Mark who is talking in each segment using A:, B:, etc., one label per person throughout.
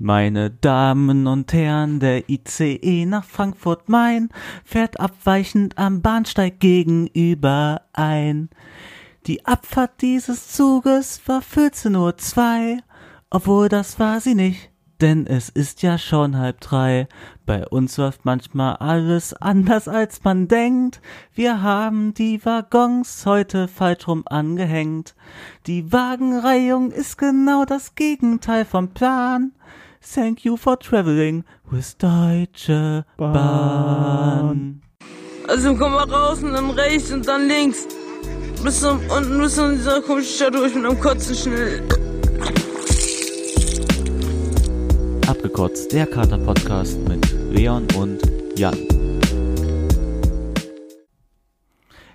A: Meine Damen und Herren, der ICE nach Frankfurt Main fährt abweichend am Bahnsteig gegenüber ein. Die Abfahrt dieses Zuges war 14.02 Uhr, obwohl das war sie nicht, denn es ist ja schon halb drei. Bei uns läuft manchmal alles anders als man denkt. Wir haben die Waggons heute falsch rum angehängt. Die Wagenreihung ist genau das Gegenteil vom Plan. Thank you for traveling with Deutsche Bahn.
B: Also komm mal raus und dann rechts und dann links. Bis zum, unten bis in dieser komischen Stadt durch mit einem Kotzen schnell.
A: Abgekotzt, der Kater-Podcast mit Leon und Jan.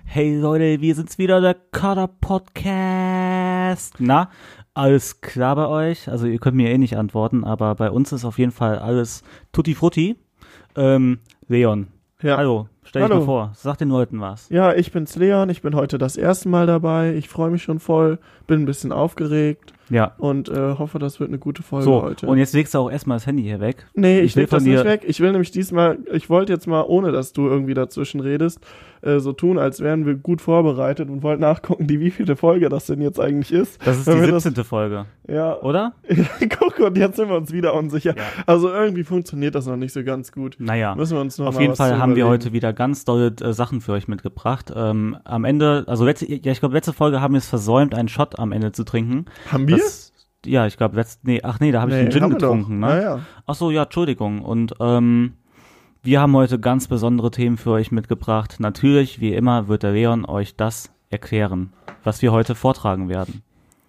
A: Hey Leute, wir sind's wieder, der Kater-Podcast. Na, alles klar bei euch? Also ihr könnt mir eh nicht antworten, aber bei uns ist auf jeden Fall alles tutti frutti. Ähm, Leon,
C: Ja.
A: hallo, stell dich
C: Hallo.
A: mal vor, sag den Leuten was.
C: ja, ich bin's Leon, ich bin heute das erste Mal dabei. Ich freue mich schon voll, bin ein bisschen aufgeregt
A: Ja.
C: und äh, hoffe, das wird eine gute Folge
A: So,
C: heute.
A: und jetzt legst du auch erstmal das Handy hier weg.
C: nee,
A: ich
C: ich,
A: will
C: leg das
A: von dir-
C: nicht weg. Ich will nämlich diesmal, ich wollte jetzt mal, ohne dass du irgendwie dazwischen redest, äh, so tun, als wären wir gut vorbereitet und wollte nachgucken, die, wie viele Folge das denn jetzt eigentlich ist.
A: Das ist
C: Wenn
A: die
C: wir das-
A: 17. Folge,
C: Ja,
A: oder?
C: guck, und jetzt sind wir uns wieder unsicher.
A: Ja.
C: Also irgendwie funktioniert das noch nicht so ganz gut.
A: Naja.
C: Müssen wir uns noch
A: Auf
C: mal
A: jeden
C: was
A: Fall
C: zu
A: haben wir
C: überlegen.
A: heute wieder ganz tolle äh, Sachen für euch mitgebracht. Ähm, am Ende, also letzte, ja, ich glaube, letzte Folge haben wir es versäumt, einen Shot am Ende zu trinken.
C: Haben wir?
A: Das, ja, ich glaube, letzte, nee, ach nee, da habe ich einen Gin
C: haben wir doch.
A: getrunken, ne?
C: Naja.
A: Ach so, ja, Entschuldigung. Und ähm, wir haben heute ganz besondere Themen für euch mitgebracht. Natürlich, wie immer, wird der Leon euch das erklären, was wir heute vortragen werden.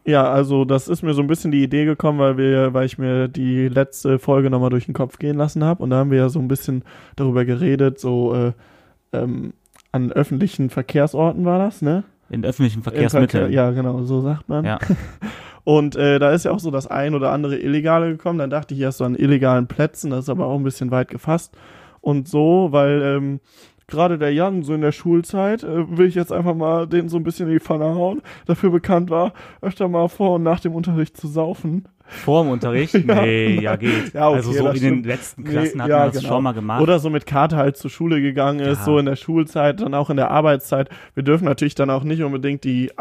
C: Ja, also das ist mir so ein bisschen die Idee gekommen, weil wir, weil ich mir die letzte Folge nochmal durch den Kopf gehen lassen habe und da haben wir ja so ein bisschen darüber geredet, so äh, ähm, an öffentlichen Verkehrsorten war das, ne?
A: In öffentlichen
C: Im
A: Verkehrsmitteln.
C: Verkehr- ja, genau, so sagt man.
A: Ja.
C: Und äh, da ist ja auch so das ein oder andere Illegale gekommen. Dann dachte ich erst so an illegalen Plätzen, das ist aber auch ein bisschen weit gefasst. Und so, weil ähm, gerade der Jan so in der Schulzeit, äh, will ich jetzt einfach mal den so ein bisschen in die Pfanne hauen, dafür bekannt war, öfter mal vor und nach dem Unterricht zu saufen.
A: Vor dem Unterricht?
C: Ja.
A: Nee, ja, geht.
C: Ja, okay,
A: also so in
C: das
A: den
C: stimmt.
A: letzten
C: Nee,
A: Klassen hat
C: ja,
A: man das
C: genau.
A: schon mal gemacht.
C: Oder so mit Karte halt zur Schule gegangen ist,
A: Ja.
C: so in der Schulzeit, dann auch in der Arbeitszeit. Wir dürfen natürlich dann auch nicht unbedingt die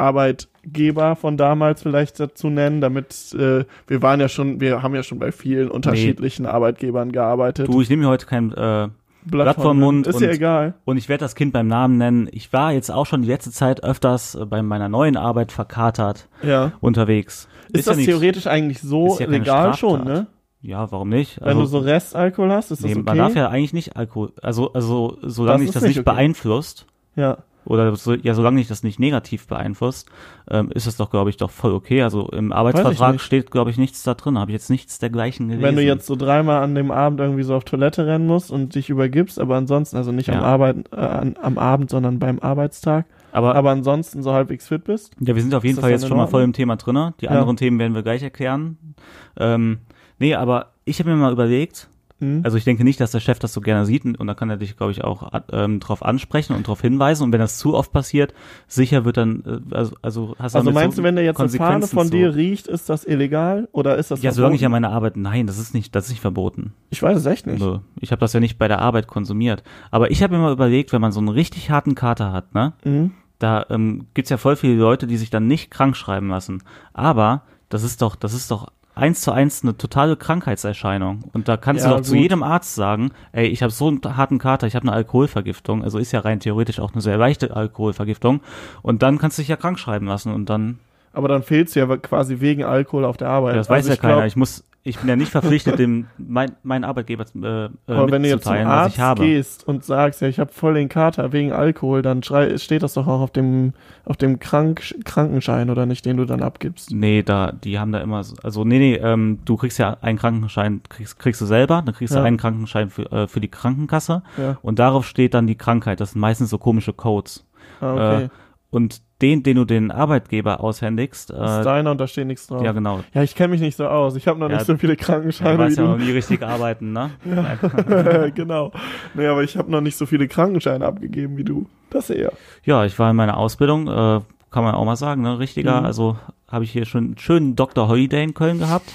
C: Arbeitgeber von damals vielleicht dazu nennen, damit äh, wir waren ja schon, wir haben ja schon bei vielen unterschiedlichen Arbeitgebern gearbeitet.
A: Du, ich nehme mir heute kein äh, Blatt
C: vom
A: vorm Mund
C: Ist ja
A: und-
C: egal.
A: und ich werde das Kind beim Namen nennen. Ich war jetzt auch schon die letzte Zeit öfters äh, bei meiner neuen Arbeit verkatert
C: Ja.
A: unterwegs.
C: Ist, das
A: nichts.
C: theoretisch eigentlich so
A: Ist ja keine
C: legal schon,
A: Straftat.
C: ne?
A: Ja, warum nicht? Also,
C: Wenn du so Restalkohol hast, ist das
A: nee,
C: okay?
A: man darf ja eigentlich nicht Alkohol, also also solange
C: Das
A: ich
C: ist
A: das nicht
C: nicht okay.
A: beeinflusst
C: ja.
A: oder so, ja, solange ich das nicht negativ beeinflusst, ähm, ist das doch glaube ich doch voll okay. Also im Arbeitsvertrag
C: nicht.
A: steht glaube ich nichts da drin, habe ich jetzt nichts dergleichen gelesen.
C: Wenn du jetzt so dreimal an dem Abend irgendwie so auf Toilette rennen musst und dich übergibst, aber ansonsten, also nicht
A: Ja.
C: am, Arbeit, äh, an, am Abend, sondern beim Arbeitstag,
A: aber
C: aber ansonsten so halbwegs fit bist.
A: Ja, wir sind auf jeden
C: das
A: Fall
C: dann
A: jetzt
C: in
A: schon mal
C: Ordnung?
A: voll im Thema drinne. Die
C: Ja.
A: anderen Themen werden wir gleich erklären. Ähm, nee, aber ich habe mir mal überlegt,
C: Mhm.
A: also ich denke nicht, dass der Chef das so gerne sieht und, und da kann er dich, glaube ich, auch ad- ähm, drauf ansprechen und drauf hinweisen. Und wenn das zu oft passiert, sicher wird dann, äh, also, also hast
C: Also
A: damit
C: meinst
A: so
C: du, wenn der jetzt eine Fahne
A: Konsequenzen
C: von dir
A: zu.
C: riecht, ist das illegal oder ist das
A: Ja, solange ich ja
C: verboten?
A: meine Arbeit, nein, das ist nicht, das ist nicht verboten.
C: Ich weiß es echt nicht.
A: Also, ich habe das ja nicht bei der Arbeit konsumiert. Aber ich habe mir mal überlegt, wenn man so einen richtig harten Kater hat, ne?
C: Mhm.
A: da ähm, gibt's ja voll viele Leute, die sich dann nicht krank schreiben lassen. Aber das ist doch, das ist doch eins zu eins eine totale Krankheitserscheinung. Und da kannst du
C: Ja,
A: doch zu
C: gut.
A: jedem Arzt sagen, ey, ich habe so einen harten Kater, ich habe eine Alkoholvergiftung. Also ist ja rein theoretisch auch eine sehr leichte Alkoholvergiftung. Und dann kannst du dich ja krank schreiben lassen. Und dann,
C: Aber dann fehlst du ja quasi wegen Alkohol auf der Arbeit.
A: ja, das
C: Also
A: weiß ja
C: ich glaub,
A: keiner. ich muss, ich bin ja nicht verpflichtet, dem mein, meinen Arbeitgeber äh, äh,
C: aber wenn du jetzt zum
A: mitzuteilen, was
C: Arzt
A: ich habe.
C: gehst und sagst, ja, ich habe voll den Kater wegen Alkohol, dann schrei steht das doch auch auf dem, auf dem Krank Krankenschein oder nicht, den du dann abgibst.
A: Nee, da, die haben da immer, so- also nee, nee, ähm, du kriegst ja einen Krankenschein, kriegst, kriegst du selber, dann kriegst du
C: Ja.
A: einen Krankenschein für, äh, für die Krankenkasse
C: Ja.
A: und darauf steht dann die Krankheit. Das sind meistens so komische Codes.
C: Ah, okay.
A: Äh, und den, den du den Arbeitgeber aushändigst, äh,
C: Das ist deiner und da steht nichts drauf.
A: ja genau,
C: Ja, ich kenne mich nicht so aus. Ich habe noch
A: Ja,
C: nicht so viele
A: du
C: Krankenscheine wie
A: weißt ja noch
C: du.
A: nie richtig arbeiten, ne?
C: genau. Nee, aber ich habe noch nicht so viele Krankenscheine abgegeben wie du. Das eher.
A: Ja, ich war in meiner Ausbildung, äh, kann man auch mal sagen, ne? Richtiger,
C: Mhm.
A: also habe ich hier schon einen schönen Dr. Holiday in Köln gehabt.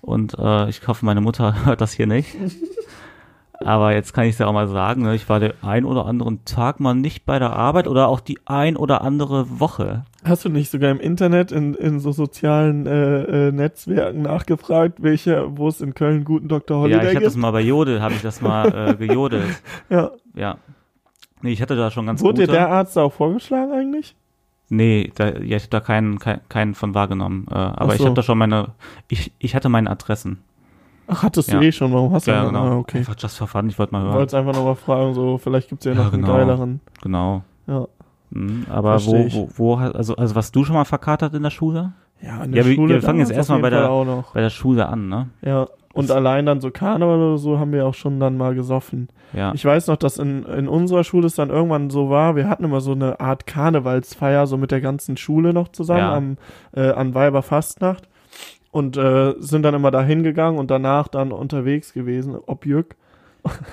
A: Und äh, ich hoffe, meine Mutter hört das hier nicht. Aber jetzt kann ich es ja auch mal sagen, ne? ich war den ein oder anderen Tag mal nicht bei der Arbeit oder auch die ein oder andere Woche.
C: Hast du nicht sogar im Internet, in, in so sozialen äh, äh, Netzwerken nachgefragt, welche, wo es in Köln einen guten Dr.
A: Ja,
C: Holiday
A: ich habe das
C: gibt?
A: mal bei Jodel, habe ich das mal äh, gejodelt.
C: Ja.
A: Ja. Nee, ich hatte da schon ganz
C: Wurde dir
A: gute.
C: der Arzt auch vorgeschlagen eigentlich?
A: nee, da, ja, ich habe da keinen, keinen, keinen von wahrgenommen. Äh, aber
C: Ach
A: ich
C: so.
A: habe da schon meine, ich, ich hatte meine Adressen.
C: Ach, hattest
A: Ja.
C: du eh schon, warum hast du
A: Ja,
C: noch- Ah,
A: genau.
C: Okay.
A: Einfach just for fun, ich wollte mal
C: Ich
A: hören.
C: wollte es einfach nochmal fragen, so, vielleicht gibt es ja
A: Ja,
C: noch
A: genau.
C: einen geileren.
A: Genau.
C: Ja,
A: Mhm, aber
C: Versteh
A: wo,
C: ich.
A: wo, wo, also, also was du schon mal verkatert in der Schule?
C: ja, in
A: Ja, wir- wir fangen jetzt
C: damals auf
A: erstmal
C: jeden
A: bei der-
C: Fall Auch noch.
A: Bei der Schule an, ne?
C: Ja, und allein dann so Karneval oder so haben wir auch schon dann mal gesoffen.
A: Ja.
C: Ich weiß noch, dass in, in unserer Schule es dann irgendwann so war, wir hatten immer so eine Art Karnevalsfeier, so mit der ganzen Schule noch zusammen
A: Ja.
C: am, äh, an Weiberfastnacht und äh, sind dann immer da hingegangen und danach dann unterwegs gewesen, ob Jück.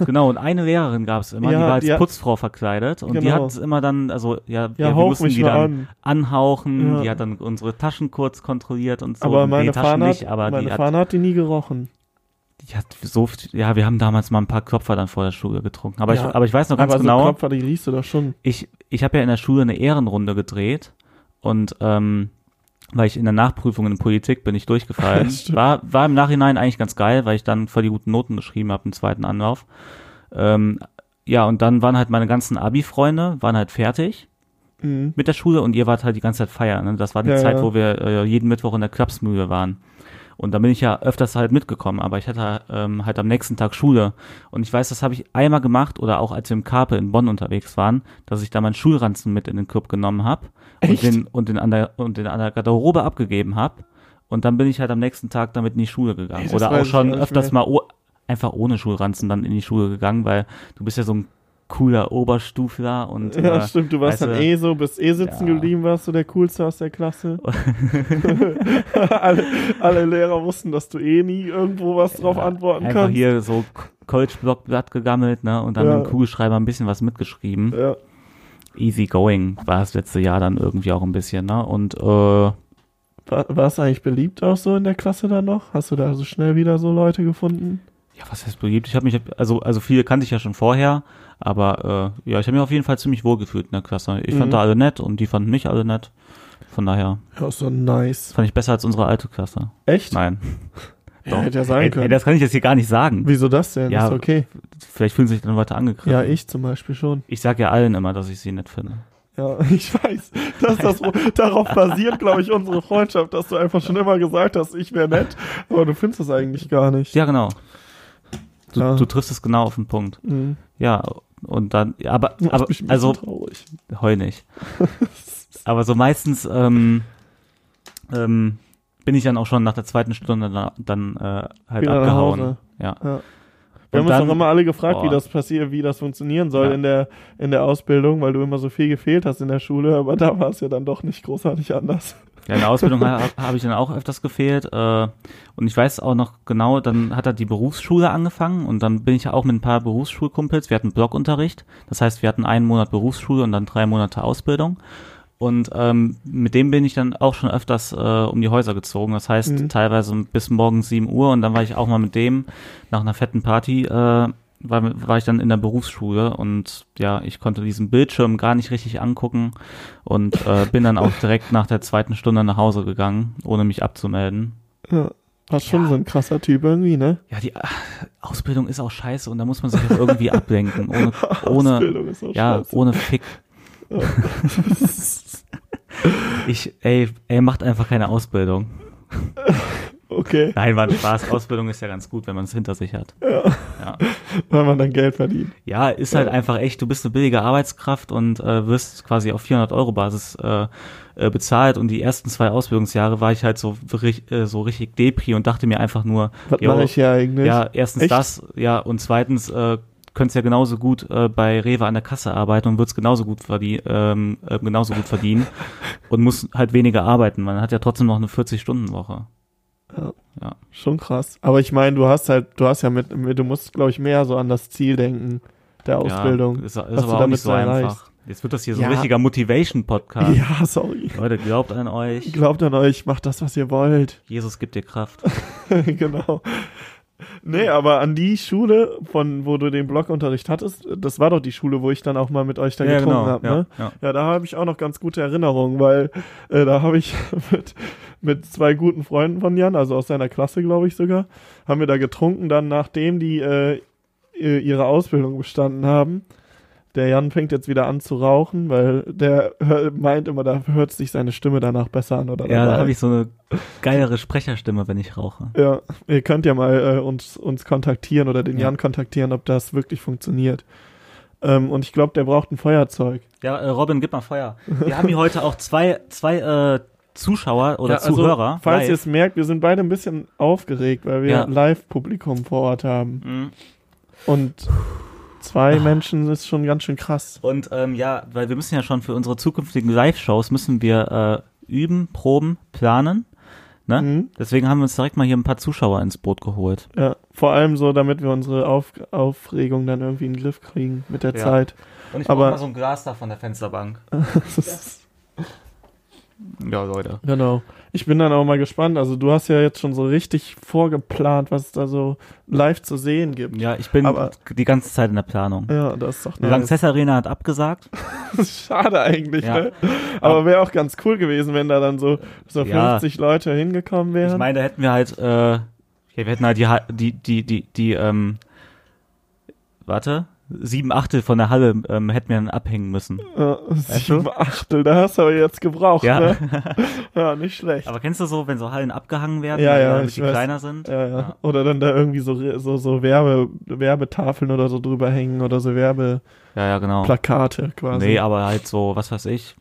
A: Genau, und eine Lehrerin gab es immer, die
C: Ja,
A: war als
C: ja.
A: Putzfrau verkleidet und die
C: Genau.
A: hat immer dann, also ja,
C: Ja,
A: wir
C: hauch
A: mussten
C: mich
A: die
C: mal
A: dann anhauchen,
C: Ja.
A: die hat dann unsere Taschen kurz kontrolliert und so.
C: aber
A: Nee,
C: meine
A: Taschen
C: Fahne,
A: nicht, aber
C: meine
A: die hat,
C: Fahne hat die nie gerochen.
A: die hat so, viel- ja, wir haben damals mal ein paar Klopfer dann vor der Schule getrunken. Aber,
C: Ja.
A: ich, aber ich weiß noch ganz
C: aber
A: genau,
C: so Klopfer, die riechst du doch schon.
A: ich, ich habe ja in der Schule eine Ehrenrunde gedreht und ähm, weil ich in der Nachprüfung in Politik bin ich durchgefallen.
C: Das stimmt.
A: war, war im Nachhinein eigentlich ganz geil, weil ich dann voll die guten Noten geschrieben habe im zweiten Anlauf. Ähm, ja, und dann waren halt meine ganzen Abi-Freunde, waren halt fertig
C: Mhm.
A: mit der Schule und ihr wart halt die ganze Zeit feiern. Ne? Das war die
C: Ja,
A: Zeit,
C: ja.
A: wo wir äh, jeden Mittwoch in der Klapsmühle waren. Und da bin ich ja öfters halt mitgekommen, aber ich hatte ähm, halt am nächsten Tag Schule. Und ich weiß, das habe ich einmal gemacht oder auch als wir im Karpe in Bonn unterwegs waren, dass ich da meinen Schulranzen mit in den Club genommen habe und
C: Echt?
A: den, und, den an der, und den an der Garderobe abgegeben habe. Und dann bin ich halt am nächsten Tag damit in die Schule gegangen.
C: Ey, das
A: oder
C: weiß
A: auch
C: ich
A: schon
C: gar nicht
A: öfters
C: mehr.
A: mal oh, einfach ohne Schulranzen dann in die Schule gegangen, weil du bist ja so ein cooler Oberstufler und
C: Ja,
A: äh,
C: stimmt, du warst
A: weißt
C: dann
A: du-
C: eh so, bist eh sitzen
A: Ja.
C: geblieben, warst du der Coolste aus der Klasse. alle, alle Lehrer wussten, dass du eh nie irgendwo was drauf
A: Ja,
C: antworten
A: einfach
C: kannst.
A: hier so College-Blockblatt gegammelt, ne? Und dann
C: Ja.
A: mit dem Kugelschreiber ein bisschen was mitgeschrieben.
C: Ja.
A: Easy going war das letzte Jahr dann irgendwie auch ein bisschen, ne? Und äh,
C: War, warst du eigentlich beliebt auch so in der Klasse dann noch? Hast du da so schnell wieder so Leute gefunden?
A: ja, was heißt beliebt? Ich habe mich, also, also viele kannte ich ja schon vorher, aber äh, ja, ich habe mich auf jeden Fall ziemlich wohl gefühlt in der Klasse. Ich fand
C: Mhm.
A: da alle nett und die fanden mich alle nett. Von daher
C: Ja, ist so nice.
A: fand ich besser als unsere alte Klasse.
C: Echt?
A: Nein.
C: Ja, hätte ja
A: Ey,
C: sein
A: ey,
C: können.
A: das kann ich jetzt hier gar nicht sagen.
C: Wieso das denn?
A: Ja.
C: ist okay.
A: Vielleicht fühlen sich dann Leute angegriffen.
C: Ja, ich zum Beispiel schon.
A: Ich sag ja allen immer, dass ich sie nett finde.
C: Ja, ich weiß. Dass das, darauf basiert, glaube ich, unsere Freundschaft, dass du einfach schon immer gesagt hast, ich wäre nett, aber du findest das eigentlich gar nicht.
A: Ja, genau. Du,
C: Ja.
A: du triffst es genau auf den Punkt.
C: Mhm.
A: Ja, und dann, ja, aber,
C: Macht
A: aber
C: mich ein bisschen
A: also,
C: traurig.
A: heu nicht. aber so meistens ähm, ähm, bin ich dann auch schon nach der zweiten Stunde dann, dann äh, halt
C: Wieder nach
A: abgehauen.
C: Hause.
A: Ja.
C: Ja. Wir
A: Und
C: haben uns
A: dann-
C: auch immer alle gefragt, wie
A: Boah.
C: das passiert, wie das funktionieren soll
A: Ja.
C: in, der, in der Ausbildung, weil du immer so viel gefehlt hast in der Schule, aber da war es ja dann doch nicht großartig anders.
A: ja, in der Ausbildung habe hab ich dann auch öfters gefehlt. Äh, und ich weiß auch noch genau, dann hat er die Berufsschule angefangen und dann bin ich ja auch mit ein paar Berufsschulkumpels. Wir hatten Blockunterricht, das heißt, wir hatten einen Monat Berufsschule und dann drei Monate Ausbildung. Und ähm, mit dem bin ich dann auch schon öfters äh, um die Häuser gezogen. Das heißt,
C: Mhm.
A: teilweise bis morgens 7 Uhr und dann war ich auch mal mit dem nach einer fetten Party, äh, war, war ich dann in der Berufsschule und ja, ich konnte diesen Bildschirm gar nicht richtig angucken und äh, bin dann auch direkt nach der zweiten Stunde nach Hause gegangen, ohne mich abzumelden.
C: Ja. War schon so ein krasser Typ irgendwie, ne?
A: Ja, die äh, Ausbildung ist auch scheiße und da muss man sich auch irgendwie ablenken, ohne, ohne,
C: Ausbildung ist auch
A: ja,
C: scheiße.
A: ohne Fick. Ich, ey, ey, macht einfach keine Ausbildung.
C: Okay,
A: Nein, war ein Spaß. Ausbildung ist ja ganz gut, wenn man es hinter sich hat. Ja.
C: weil man dann Geld verdient.
A: Ja, ist halt einfach echt, du bist eine billige Arbeitskraft und äh, wirst quasi auf 400-Euro-Basis äh, äh, bezahlt. Und die ersten zwei Ausbildungsjahre war ich halt so, rich- äh, so richtig Depri und dachte mir einfach nur,
C: Was
A: yo,
C: mache ich hier eigentlich?
A: ja, erstens
C: Echt?
A: das, ja, und zweitens äh, könntest ja genauso gut äh, bei Rewe an der Kasse arbeiten und würdest genauso gut, verdien, ähm, äh, genauso gut verdienen und musst halt weniger arbeiten. Man hat ja trotzdem noch eine 40-Stunden-Woche.
C: Schon krass. Aber ich meine, du hast halt, du hast ja mit, mit du musst, glaube ich, mehr so an das Ziel denken der Ausbildung.
A: Ja, ist ist
C: was du
A: aber auch
C: damit
A: nicht so
C: erreichst.
A: einfach. Jetzt wird das hier so ein
C: Ja.
A: richtiger Motivation-Podcast.
C: Ja, sorry.
A: Leute, glaubt an euch.
C: Glaubt an euch, macht das, was ihr wollt.
A: Jesus gibt dir Kraft.
C: genau. Nee, aber an die Schule, von wo du den Blockunterricht hattest, das war doch die Schule, wo ich dann auch mal mit euch da getrunken hab,
A: ja, genau,
C: ne?
A: ja.
C: Ja, da habe ich auch noch ganz gute Erinnerungen, weil äh, da habe ich mit, mit zwei guten Freunden von Jan, also aus seiner Klasse, glaube ich sogar, haben wir da getrunken, dann nachdem die äh, i- ihre Ausbildung bestanden haben. Der Jan fängt jetzt wieder an zu rauchen, weil der hör- meint immer, da hört sich seine Stimme danach besser an. Oder
A: Ja, da
C: danach.
A: habe ich so eine geilere Sprecherstimme, wenn ich rauche.
C: Ja, ihr könnt ja mal äh, uns, uns kontaktieren oder den
A: Ja.
C: Jan kontaktieren, ob das wirklich funktioniert. Ähm, und ich glaube, der braucht ein Feuerzeug.
A: Ja, äh, Robin, gib mal Feuer. Wir haben hier heute auch zwei, zwei äh, Zuschauer oder Zuhörer.
C: Also, falls ihr
A: live.
C: es merkt, wir sind beide ein bisschen aufgeregt, weil wir
A: Ja.
C: Live-Publikum vor Ort haben.
A: Mhm.
C: Und
A: Ah.
C: zwei Menschen ist schon ganz schön krass.
A: Und ähm, ja, weil wir müssen ja schon für unsere zukünftigen Live-Shows müssen wir äh, üben, proben, planen. Ne?
C: Mhm.
A: Deswegen haben wir uns direkt mal hier ein paar Zuschauer ins Boot geholt.
C: Ja, vor allem so, damit wir unsere Auf Aufregung dann irgendwie in den Griff kriegen mit der
A: Ja.
C: Zeit.
A: Und ich
C: brauch Aber- mal
A: so ein Glas da von der Fensterbank.
C: Das ist,
A: Ja, Leute.
C: genau. Ich bin dann auch mal gespannt. Also du hast ja jetzt schon so richtig vorgeplant, was es da so live zu sehen gibt.
A: Ja, ich bin
C: Aber-
A: die ganze Zeit in der Planung.
C: Ja, das ist doch
A: Die Lanxess Arena hat abgesagt.
C: Schade eigentlich,
A: Ja.
C: ne? Aber wäre auch ganz cool gewesen, wenn da dann so, so
A: Ja.
C: 50 Leute hingekommen
A: Ich
C: wären.
A: meine, da hätten wir halt, äh, ja, wir hätten halt die, Ha- die, die, die, die, ähm, warte, sieben Achtel von der Halle ähm, hätten wir dann abhängen müssen.
C: Ja, sieben
A: du?
C: Achtel, da hast du aber jetzt gebraucht,
A: Ja.
C: ne? Ja, nicht schlecht.
A: Aber kennst du so, wenn so Hallen abgehangen werden,
C: Ja, ja,
A: damit
C: ich
A: die
C: weiß.
A: kleiner sind?
C: Ja, ja. Oder dann da irgendwie so, re- so, so Werbe, Werbetafeln oder so drüber hängen oder so Werbeplakate
A: Ja, ja, genau.
C: quasi.
A: nee, aber halt so, was weiß ich.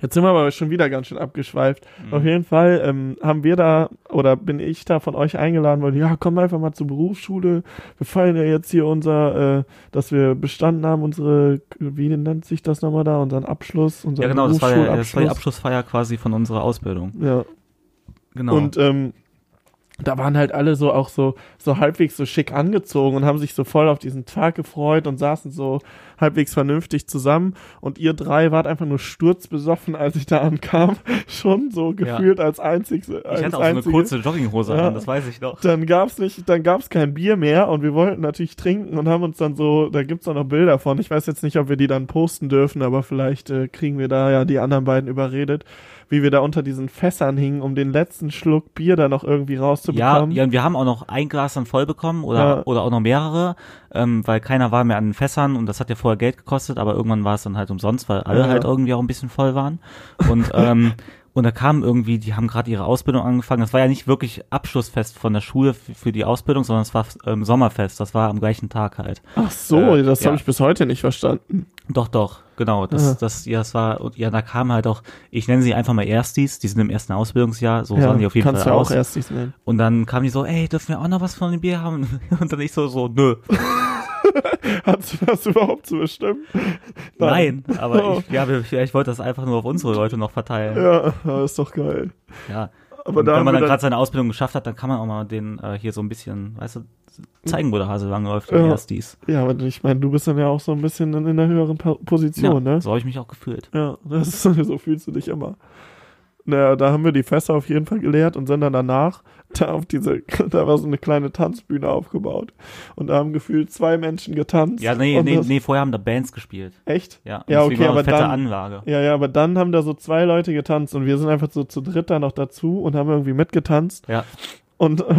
C: Jetzt sind wir aber schon wieder ganz schön abgeschweift.
A: Mhm.
C: Auf jeden Fall ähm, haben wir da oder bin ich da von euch eingeladen worden, ja, komm einfach mal zur Berufsschule. Wir feiern ja jetzt hier unser, äh, dass wir bestanden haben, unsere, wie nennt sich das nochmal da, unseren Abschluss, unseren
A: Ja, genau, das war, der, das war die
C: Berufsschulabschluss.
A: Abschlussfeier quasi von unserer Ausbildung.
C: Ja,
A: Genau.
C: Und ähm, da waren halt alle so auch so, so halbwegs so schick angezogen und haben sich so voll auf diesen Tag gefreut und saßen so halbwegs vernünftig zusammen. Und ihr drei wart einfach nur sturzbesoffen, als ich da ankam. Schon so
A: Ja.
C: gefühlt als einzig. Als
A: ich hatte auch so eine
C: einzige.
A: kurze Jogginghose
C: Ja.
A: an, das weiß ich noch.
C: Dann gab's nicht, dann gab's kein Bier mehr und wir wollten natürlich trinken und haben uns dann so, da gibt's auch noch Bilder von. Ich weiß jetzt nicht, ob wir die dann posten dürfen, aber vielleicht äh, kriegen wir da ja die anderen beiden überredet, wie wir da unter diesen Fässern hingen, um den letzten Schluck Bier da noch irgendwie
A: Ja,
C: rauszubekommen.
A: ja, und wir haben auch noch ein Glas dann voll bekommen oder,
C: Ja.
A: oder auch noch mehrere, ähm, weil keiner war mehr an den Fässern und das hat ja vorher Geld gekostet, aber irgendwann war es dann halt umsonst, weil alle
C: Ja.
A: halt irgendwie auch ein bisschen voll waren. Und, ähm, und da kamen irgendwie, die haben gerade ihre Ausbildung angefangen. Das war ja nicht wirklich Abschlussfest von der Schule f- für die Ausbildung, sondern es war ähm, Sommerfest. Das war am gleichen Tag halt.
C: Ach so,
A: Äh,
C: das hab
A: ja.
C: habe ich bis heute nicht verstanden.
A: Doch, doch, genau. Das,
C: Ja.
A: das, ja, das war, und ja, da kamen halt auch, ich nenne sie einfach mal Erstis, die sind im ersten Ausbildungsjahr, so sahen die auf jeden
C: kannst
A: Fall
C: du
A: aus.
C: auch erst nicht nennen.
A: Und dann kamen die so, ey, dürfen wir auch noch was von dem Bier haben? Und dann ich so, so, nö,
C: Hast du das überhaupt zu bestimmen?
A: nein. Aber
C: Oh.
A: ich, ja, wir- ich wollte das einfach nur auf unsere Leute noch verteilen.
C: Ja, das ist doch geil.
A: Ja.
C: Aber
A: und
C: da
A: wenn
C: haben
A: man
C: wir
A: dann
C: dann-
A: gerade seine Ausbildung geschafft hat, dann kann man auch mal den äh, hier so ein bisschen, weißt du, zeigen, wo der Hase lang läuft,
C: Ja.
A: Erstis.
C: Ja, aber ich meine, du bist dann ja auch so ein bisschen in, in einer höheren Pa-
A: Ja,
C: Position, ne?
A: so habe ich mich auch gefühlt.
C: Ja, das ist, so fühlst du dich immer. Naja, da haben wir die Fässer auf jeden Fall geleert und sind dann danach da auf diese, da war so eine kleine Tanzbühne aufgebaut und da haben gefühlt zwei Menschen getanzt.
A: Ja, nee,
C: und
A: nee,
C: das-
A: nee, vorher haben da Bands gespielt.
C: Echt?
A: Ja,
C: Ja,
A: deswegen
C: okay,
A: war das
C: aber
A: fette
C: dann-
A: Anlage.
C: Ja, ja, aber dann haben da so zwei Leute getanzt und wir sind einfach so zu dritt da noch dazu und haben irgendwie mitgetanzt
A: Ja.
C: und äh,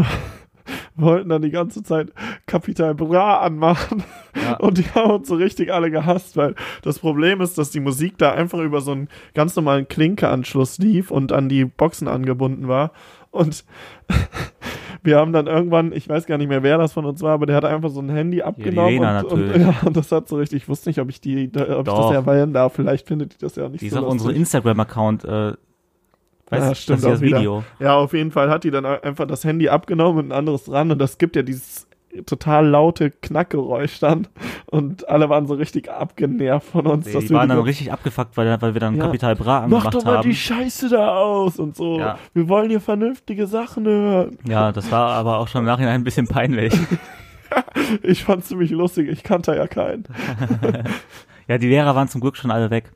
C: wollten dann die ganze Zeit Kapital Bra anmachen.
A: Ja.
C: Und die haben uns so richtig alle gehasst, weil das Problem ist, dass die Musik da einfach über so einen ganz normalen Klinkeanschluss lief und an die Boxen angebunden war. Und wir haben dann irgendwann, ich weiß gar nicht mehr, wer das von uns war, aber der hat einfach so ein Handy abgenommen.
A: Lena
C: und, und,
A: natürlich.
C: ja, und das hat so richtig, ich wusste nicht, ob ich, die, ob ich das
A: Doch.
C: erwähnen darf. Vielleicht findet die das ja auch nicht
A: Die ist
C: so
A: auf unserem
C: lustig.
A: Instagram-Account, äh,
C: Ja,
A: weißt du, das
C: stimmt
A: ist das
C: auch wieder.
A: Video.
C: Ja, auf jeden Fall hat die dann einfach das Handy abgenommen und ein anderes dran und das gibt ja dieses total laute Knackgeräusch dann und alle waren so richtig abgenervt von uns, dass
A: Die
C: wir
A: waren
C: die
A: dann
C: so,
A: richtig abgefuckt, weil, weil wir dann
C: Ja.
A: Kapital Bra
C: mach
A: angemacht
C: doch mal
A: haben.
C: die Scheiße da aus und so.
A: Ja.
C: Wir wollen hier vernünftige Sachen hören.
A: Ja, das war aber auch schon im Nachhinein ein bisschen peinlich.
C: Ich fand's ziemlich lustig, ich kannte ja keinen.
A: Ja, die Lehrer waren zum Glück schon alle weg.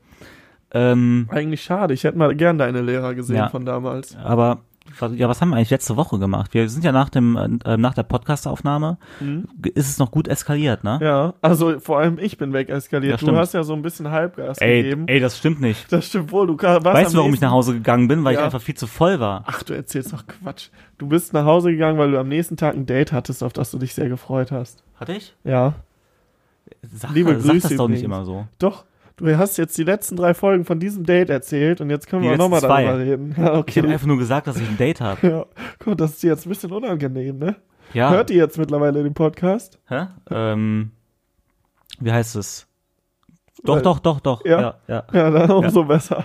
A: Ähm,
C: Eigentlich schade. Ich hätte mal gern deine Lehrer gesehen
A: Ja.
C: von damals.
A: aber was- ja, was haben wir eigentlich letzte Woche gemacht? Wir sind ja nach dem äh, nach der Podcast-Aufnahme ge- ist es noch gut eskaliert, ne?
C: Mhm. Ja, also vor allem ich bin
A: Ja,
C: wegeskaliert. du
A: stimmt.
C: hast ja so ein bisschen Halbgas
A: Ey,
C: gegeben.
A: ey, das stimmt nicht.
C: Das stimmt wohl, du warst
A: Weißt
C: am
A: du, warum ich
C: nächsten-
A: nach Hause gegangen bin? Weil ich
C: Ja.
A: einfach viel zu voll war.
C: Ach, du erzählst doch Quatsch. Du bist nach Hause gegangen, weil du am nächsten Tag ein Date hattest, auf das du dich sehr gefreut hast.
A: Hatte ich?
C: Ja,
A: Sag,
C: Liebe
A: sag das
C: Grüße
A: doch nicht
C: übrigens.
A: immer so.
C: doch. Du hast jetzt die letzten drei Folgen von diesem Date erzählt und jetzt können
A: Die
C: wir auch
A: letzten
C: nochmal
A: zwei.
C: darüber reden. Ja,
A: Ich habe
C: okay.
A: einfach nur gesagt, dass ich ein Date habe.
C: Ja. Gut, das ist dir jetzt ein bisschen unangenehm, ne?
A: Ja.
C: Hört ihr jetzt mittlerweile den Podcast?
A: Hä? Ähm, wie heißt es? Doch,
C: Weil-
A: doch, doch, doch.
C: Äh, Ja?
A: ja. Ja,
C: Ja, dann umso besser.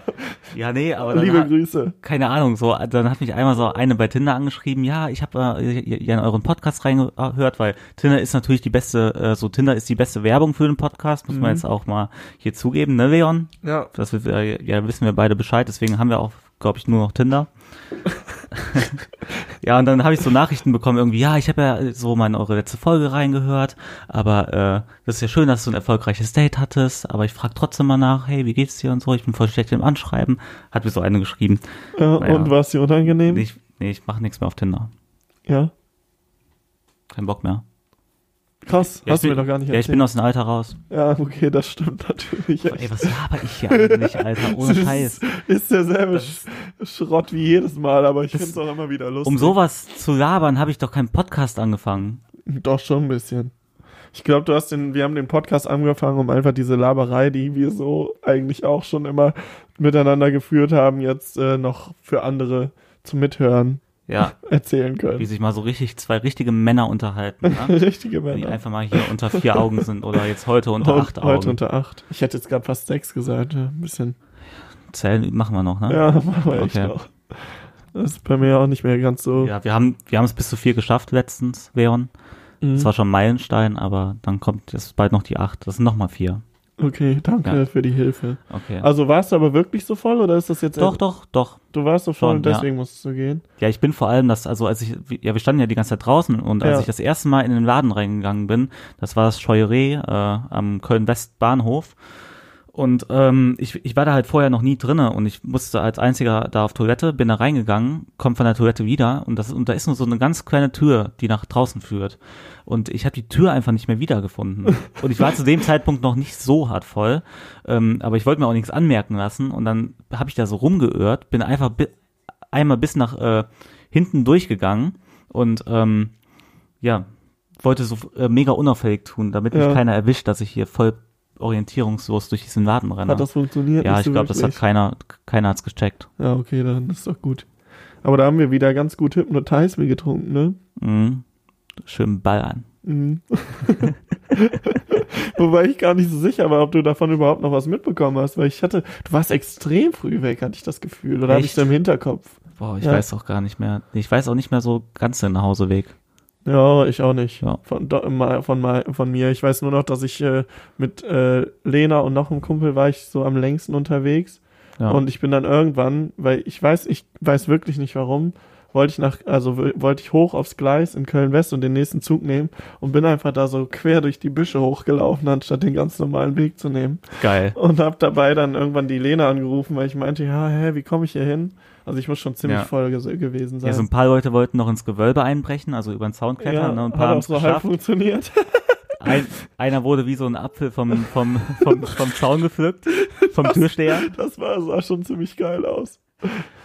A: Ja, nee, aber dann
C: Liebe
A: hat-
C: Grüße.
A: keine Ahnung, so, dann hat mich einmal so eine bei Tinder angeschrieben, ja, ich habe äh, ja in euren Podcast reingehört, weil Tinder ist natürlich die beste, äh, so Tinder ist die beste Werbung für den Podcast, muss man jetzt auch mal hier zugeben, ne, Leon?
C: Ja.
A: Das wir, äh, ja, wissen wir beide Bescheid, deswegen haben wir auch, glaube ich, nur noch Tinder. ja, und dann habe ich so Nachrichten bekommen, irgendwie, ja, ich habe ja so mal in eure letzte Folge reingehört, aber äh, das ist ja schön, dass du ein erfolgreiches Date hattest, aber ich frage trotzdem mal nach, hey, wie geht's dir und so, ich bin voll schlecht im Anschreiben, hat mir so eine geschrieben.
C: Äh,
A: Naja.
C: Und war es dir unangenehm?
A: Nee, ich, nee, ich mache nichts mehr auf Tinder.
C: Ja.
A: Kein Bock mehr.
C: Krass,
A: Ja, ich
C: hast du
A: bin-
C: mir doch gar nicht
A: Ja, ich
C: erzählt.
A: bin aus dem Alter raus.
C: ja, okay, das stimmt natürlich.
A: Ey, was laber ich hier eigentlich, Alter? Ohne Scheiß.
C: Ist, ist derselbe
A: Das-
C: Sch- Schrott wie jedes Mal, aber ich finde es auch immer wieder lustig.
A: Um sowas zu labern, habe ich doch keinen Podcast angefangen.
C: Doch schon ein bisschen. Ich glaube, du hast den, wir haben den Podcast angefangen, um einfach diese Laberei, die wir so eigentlich auch schon immer miteinander geführt haben, jetzt äh, noch für andere zum Mithören
A: Ja,
C: erzählen
A: wie
C: können.
A: sich mal so richtig zwei richtige Männer unterhalten, ne?
C: Richtige
A: wenn die
C: Männer.
A: einfach mal hier unter vier Augen sind oder jetzt heute unter
C: Heu-
A: acht
C: heute
A: Augen.
C: unter acht. Ich hätte jetzt gerade fast sechs gesagt. ja, Ein bisschen.
A: Zählen machen wir noch, ne?
C: Ja, machen wir echt
A: Okay.
C: noch. Das ist bei mir auch nicht mehr ganz so.
A: Ja, wir haben wir haben es bis zu vier geschafft letztens, Leon.
C: Mhm.
A: Das war schon ein Meilenstein, aber dann kommt jetzt bald noch die acht. Das sind nochmal vier.
C: Mhm. Okay, danke
A: Ja.
C: für die Hilfe.
A: Okay.
C: Also warst du aber wirklich so voll oder ist das jetzt
A: doch, doch, doch.
C: Du warst so voll
A: Schon,
C: und
A: ja.
C: deswegen musstest du gehen.
A: Ja, ich bin vor allem, das, also als ich, ja, wir standen ja die ganze Zeit draußen und als
C: Ja.
A: ich das erste Mal in den Laden reingegangen bin, das war das Scheueré äh, am Köln-West-Bahnhof. Und ähm, ich, ich war da halt vorher noch nie drinne und ich musste als einziger da auf Toilette, bin da reingegangen, komm von der Toilette wieder und, das, und da ist nur so eine ganz kleine Tür, die nach draußen führt. Und ich habe die Tür einfach nicht mehr wiedergefunden. Und ich war zu dem Zeitpunkt noch nicht so hart voll, ähm, aber ich wollte mir auch nichts anmerken lassen und dann habe ich da so rumgeirrt, bin einfach bi einmal bis nach äh, hinten durchgegangen und ähm, ja, wollte so äh, mega unauffällig tun, damit
C: Ja.
A: mich keiner erwischt, dass ich hier voll orientierungslos durch diesen Laden renne.
C: Hat das funktioniert?
A: Genau. ja, ich
C: Nicht so
A: glaube, das hat
C: wirklich?
A: keiner, keiner hat's gecheckt.
C: Ja, okay, dann ist doch gut. Aber da haben wir wieder ganz gut Hypnotisme getrunken, ne?
A: Mhm. Schön Ball an.
C: Mhm. Wobei ich gar nicht so sicher war, ob du davon überhaupt noch was mitbekommen hast, weil ich hatte, du warst extrem früh weg, hatte ich das Gefühl, oder habe ich
A: Echt?
C: so im Hinterkopf?
A: Boah, ich
C: Ja.
A: weiß auch gar nicht mehr. Ich weiß auch nicht mehr so ganz den Hauseweg.
C: Ja, ich auch nicht.
A: Ja.
C: Von, do, mal- von, mal- von mir. Ich weiß nur noch, dass ich äh, mit äh, Lena und noch einem Kumpel war ich so am längsten unterwegs.
A: Ja.
C: Und ich bin dann irgendwann, weil ich weiß, ich weiß wirklich nicht warum, wollte ich nach, also w- wollte ich hoch aufs Gleis in Köln West und den nächsten Zug nehmen und bin einfach da so quer durch die Büsche hochgelaufen, anstatt den ganz normalen Weg zu nehmen.
A: Geil.
C: Und hab dabei dann irgendwann die Lena angerufen, weil ich meinte, ja, hä, wie komme ich hier hin? Also ich muss schon ziemlich
A: Ja.
C: voll ges gewesen sein.
A: Ja, so ein paar Leute wollten noch ins Gewölbe einbrechen, also über den Zaun klettern.
C: Ja,
A: ne, und ein paar
C: hat auch
A: haben's
C: so halb
A: geschafft.
C: funktioniert.
A: Ein, einer wurde wie so ein Apfel vom, vom, vom, vom Zaun gepflückt, vom Türsteher.
C: Das war, sah schon ziemlich geil aus.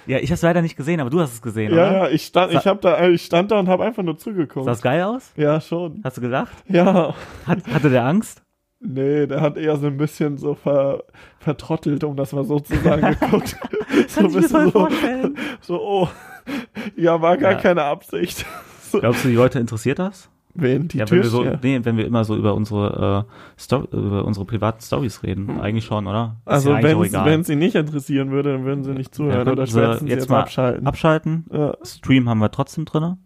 A: Ja, ich habe es leider nicht gesehen, aber du hast es gesehen,
C: Ja,
A: oder?
C: ja, ich stand, ich hab da, ich stand da und hab einfach nur zugeguckt.
A: Sah das geil aus?
C: ja, schon.
A: Hast du gedacht?
C: Ja.
A: Hat, hatte der Angst?
C: Nee, der hat eher so ein bisschen so ver, vertrottelt, um das mal so zu sagen, geguckt. so
A: Kann
C: ein
A: ich mir
C: bisschen
A: voll
C: so,
A: vorstellen.
C: so, oh, ja, war gar
A: Ja.
C: keine Absicht. So,
A: Glaubst du, die Leute interessiert das?
C: Wen, die
A: ja, wenn wir so,
C: Türsteher?
A: nee, wenn wir immer so über unsere, äh, Sto über unsere privaten Stories reden. Eigentlich schon, oder? Ist
C: Hm. also,
A: ja eigentlich auch
C: wenn
A: egal.
C: wenn sie nicht interessieren würde, dann würden sie nicht
A: Ja,
C: zuhören oder
A: könnten sie
C: spätestens jetzt,
A: mal
C: abschalten.
A: abschalten.
C: ja.
A: Stream haben wir trotzdem drinne.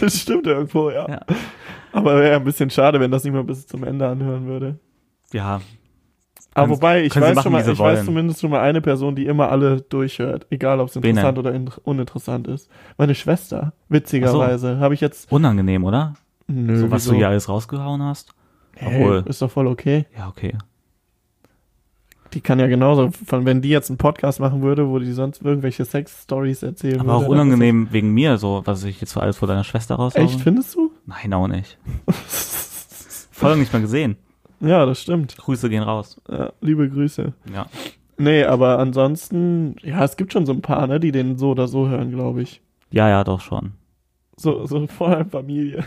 C: Das stimmt irgendwo, ja.
A: Ja.
C: Aber wäre ein bisschen schade, wenn das niemand bis zum Ende anhören würde.
A: Ja,
C: Aber
A: Können-
C: wobei, ich
A: können sie
C: weiß,
A: machen,
C: schon mal,
A: wie sie
C: ich weiß
A: wollen.
C: zumindest schon mal eine Person, die immer alle durchhört, egal ob es
A: Wen
C: interessant oder in, uninteressant ist. Meine Schwester, witzigerweise, habe ich jetzt.
A: unangenehm, oder?
C: Nö,
A: So, was
C: wieso?
A: du hier alles rausgehauen hast.
C: Hey,
A: Obwohl-
C: ist doch voll okay.
A: Ja, okay.
C: Die kann ja genauso, von wenn die jetzt einen Podcast machen würde, wo die sonst irgendwelche Sex-Stories erzählen
A: Aber auch
C: würde, dann ist
A: unangenehm wegen mir, so, was ich jetzt alles vor deiner Schwester
C: das-
A: raus
C: Echt, findest du?
A: Nein, auch nicht. Folge nicht mal gesehen.
C: Ja, das stimmt.
A: Grüße gehen raus.
C: Ja, liebe Grüße.
A: Ja.
C: Nee, aber ansonsten, ja, es gibt schon so ein paar, ne, die den so oder so hören, glaube ich.
A: Ja, ja, doch schon.
C: So, so vor allem Familie.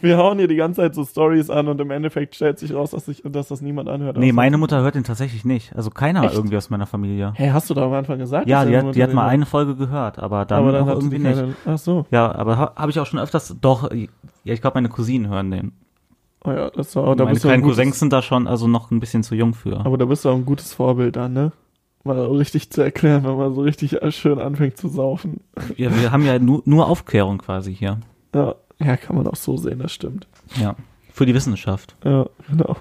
C: Wir hauen hier die ganze Zeit so Stories an und im Endeffekt stellt sich raus, dass, ich, dass das niemand anhört.
A: Nee,
C: Außer-
A: meine Mutter hört den tatsächlich nicht. Also keiner
C: Echt?
A: irgendwie aus meiner Familie.
C: Hey, hast du da am Anfang gesagt?
A: Ja,
C: dass
A: die
C: deine
A: hat, die hat
C: Mutter
A: mal
C: den-
A: eine Folge gehört, aber dann,
C: aber dann
A: auch
C: hat sie
A: irgendwie
C: die
A: nicht.
C: keine. Ach so.
A: Ja, aber ha, habe ich auch schon öfters. Doch, ja, ich glaube, meine Cousinen hören den.
C: Oh ja, das war, da
A: meine
C: bist du ein
A: kleinen
C: gutes,
A: Cousins sind da schon also noch ein bisschen zu jung für.
C: Aber da bist du auch ein gutes Vorbild dann, ne? Mal so richtig zu erklären, wenn man so richtig schön anfängt zu saufen.
A: Ja, wir haben ja nur, nur Aufklärung quasi hier.
C: Ja, ja, kann man auch so sehen, das stimmt.
A: Ja. Für die Wissenschaft.
C: Ja, genau.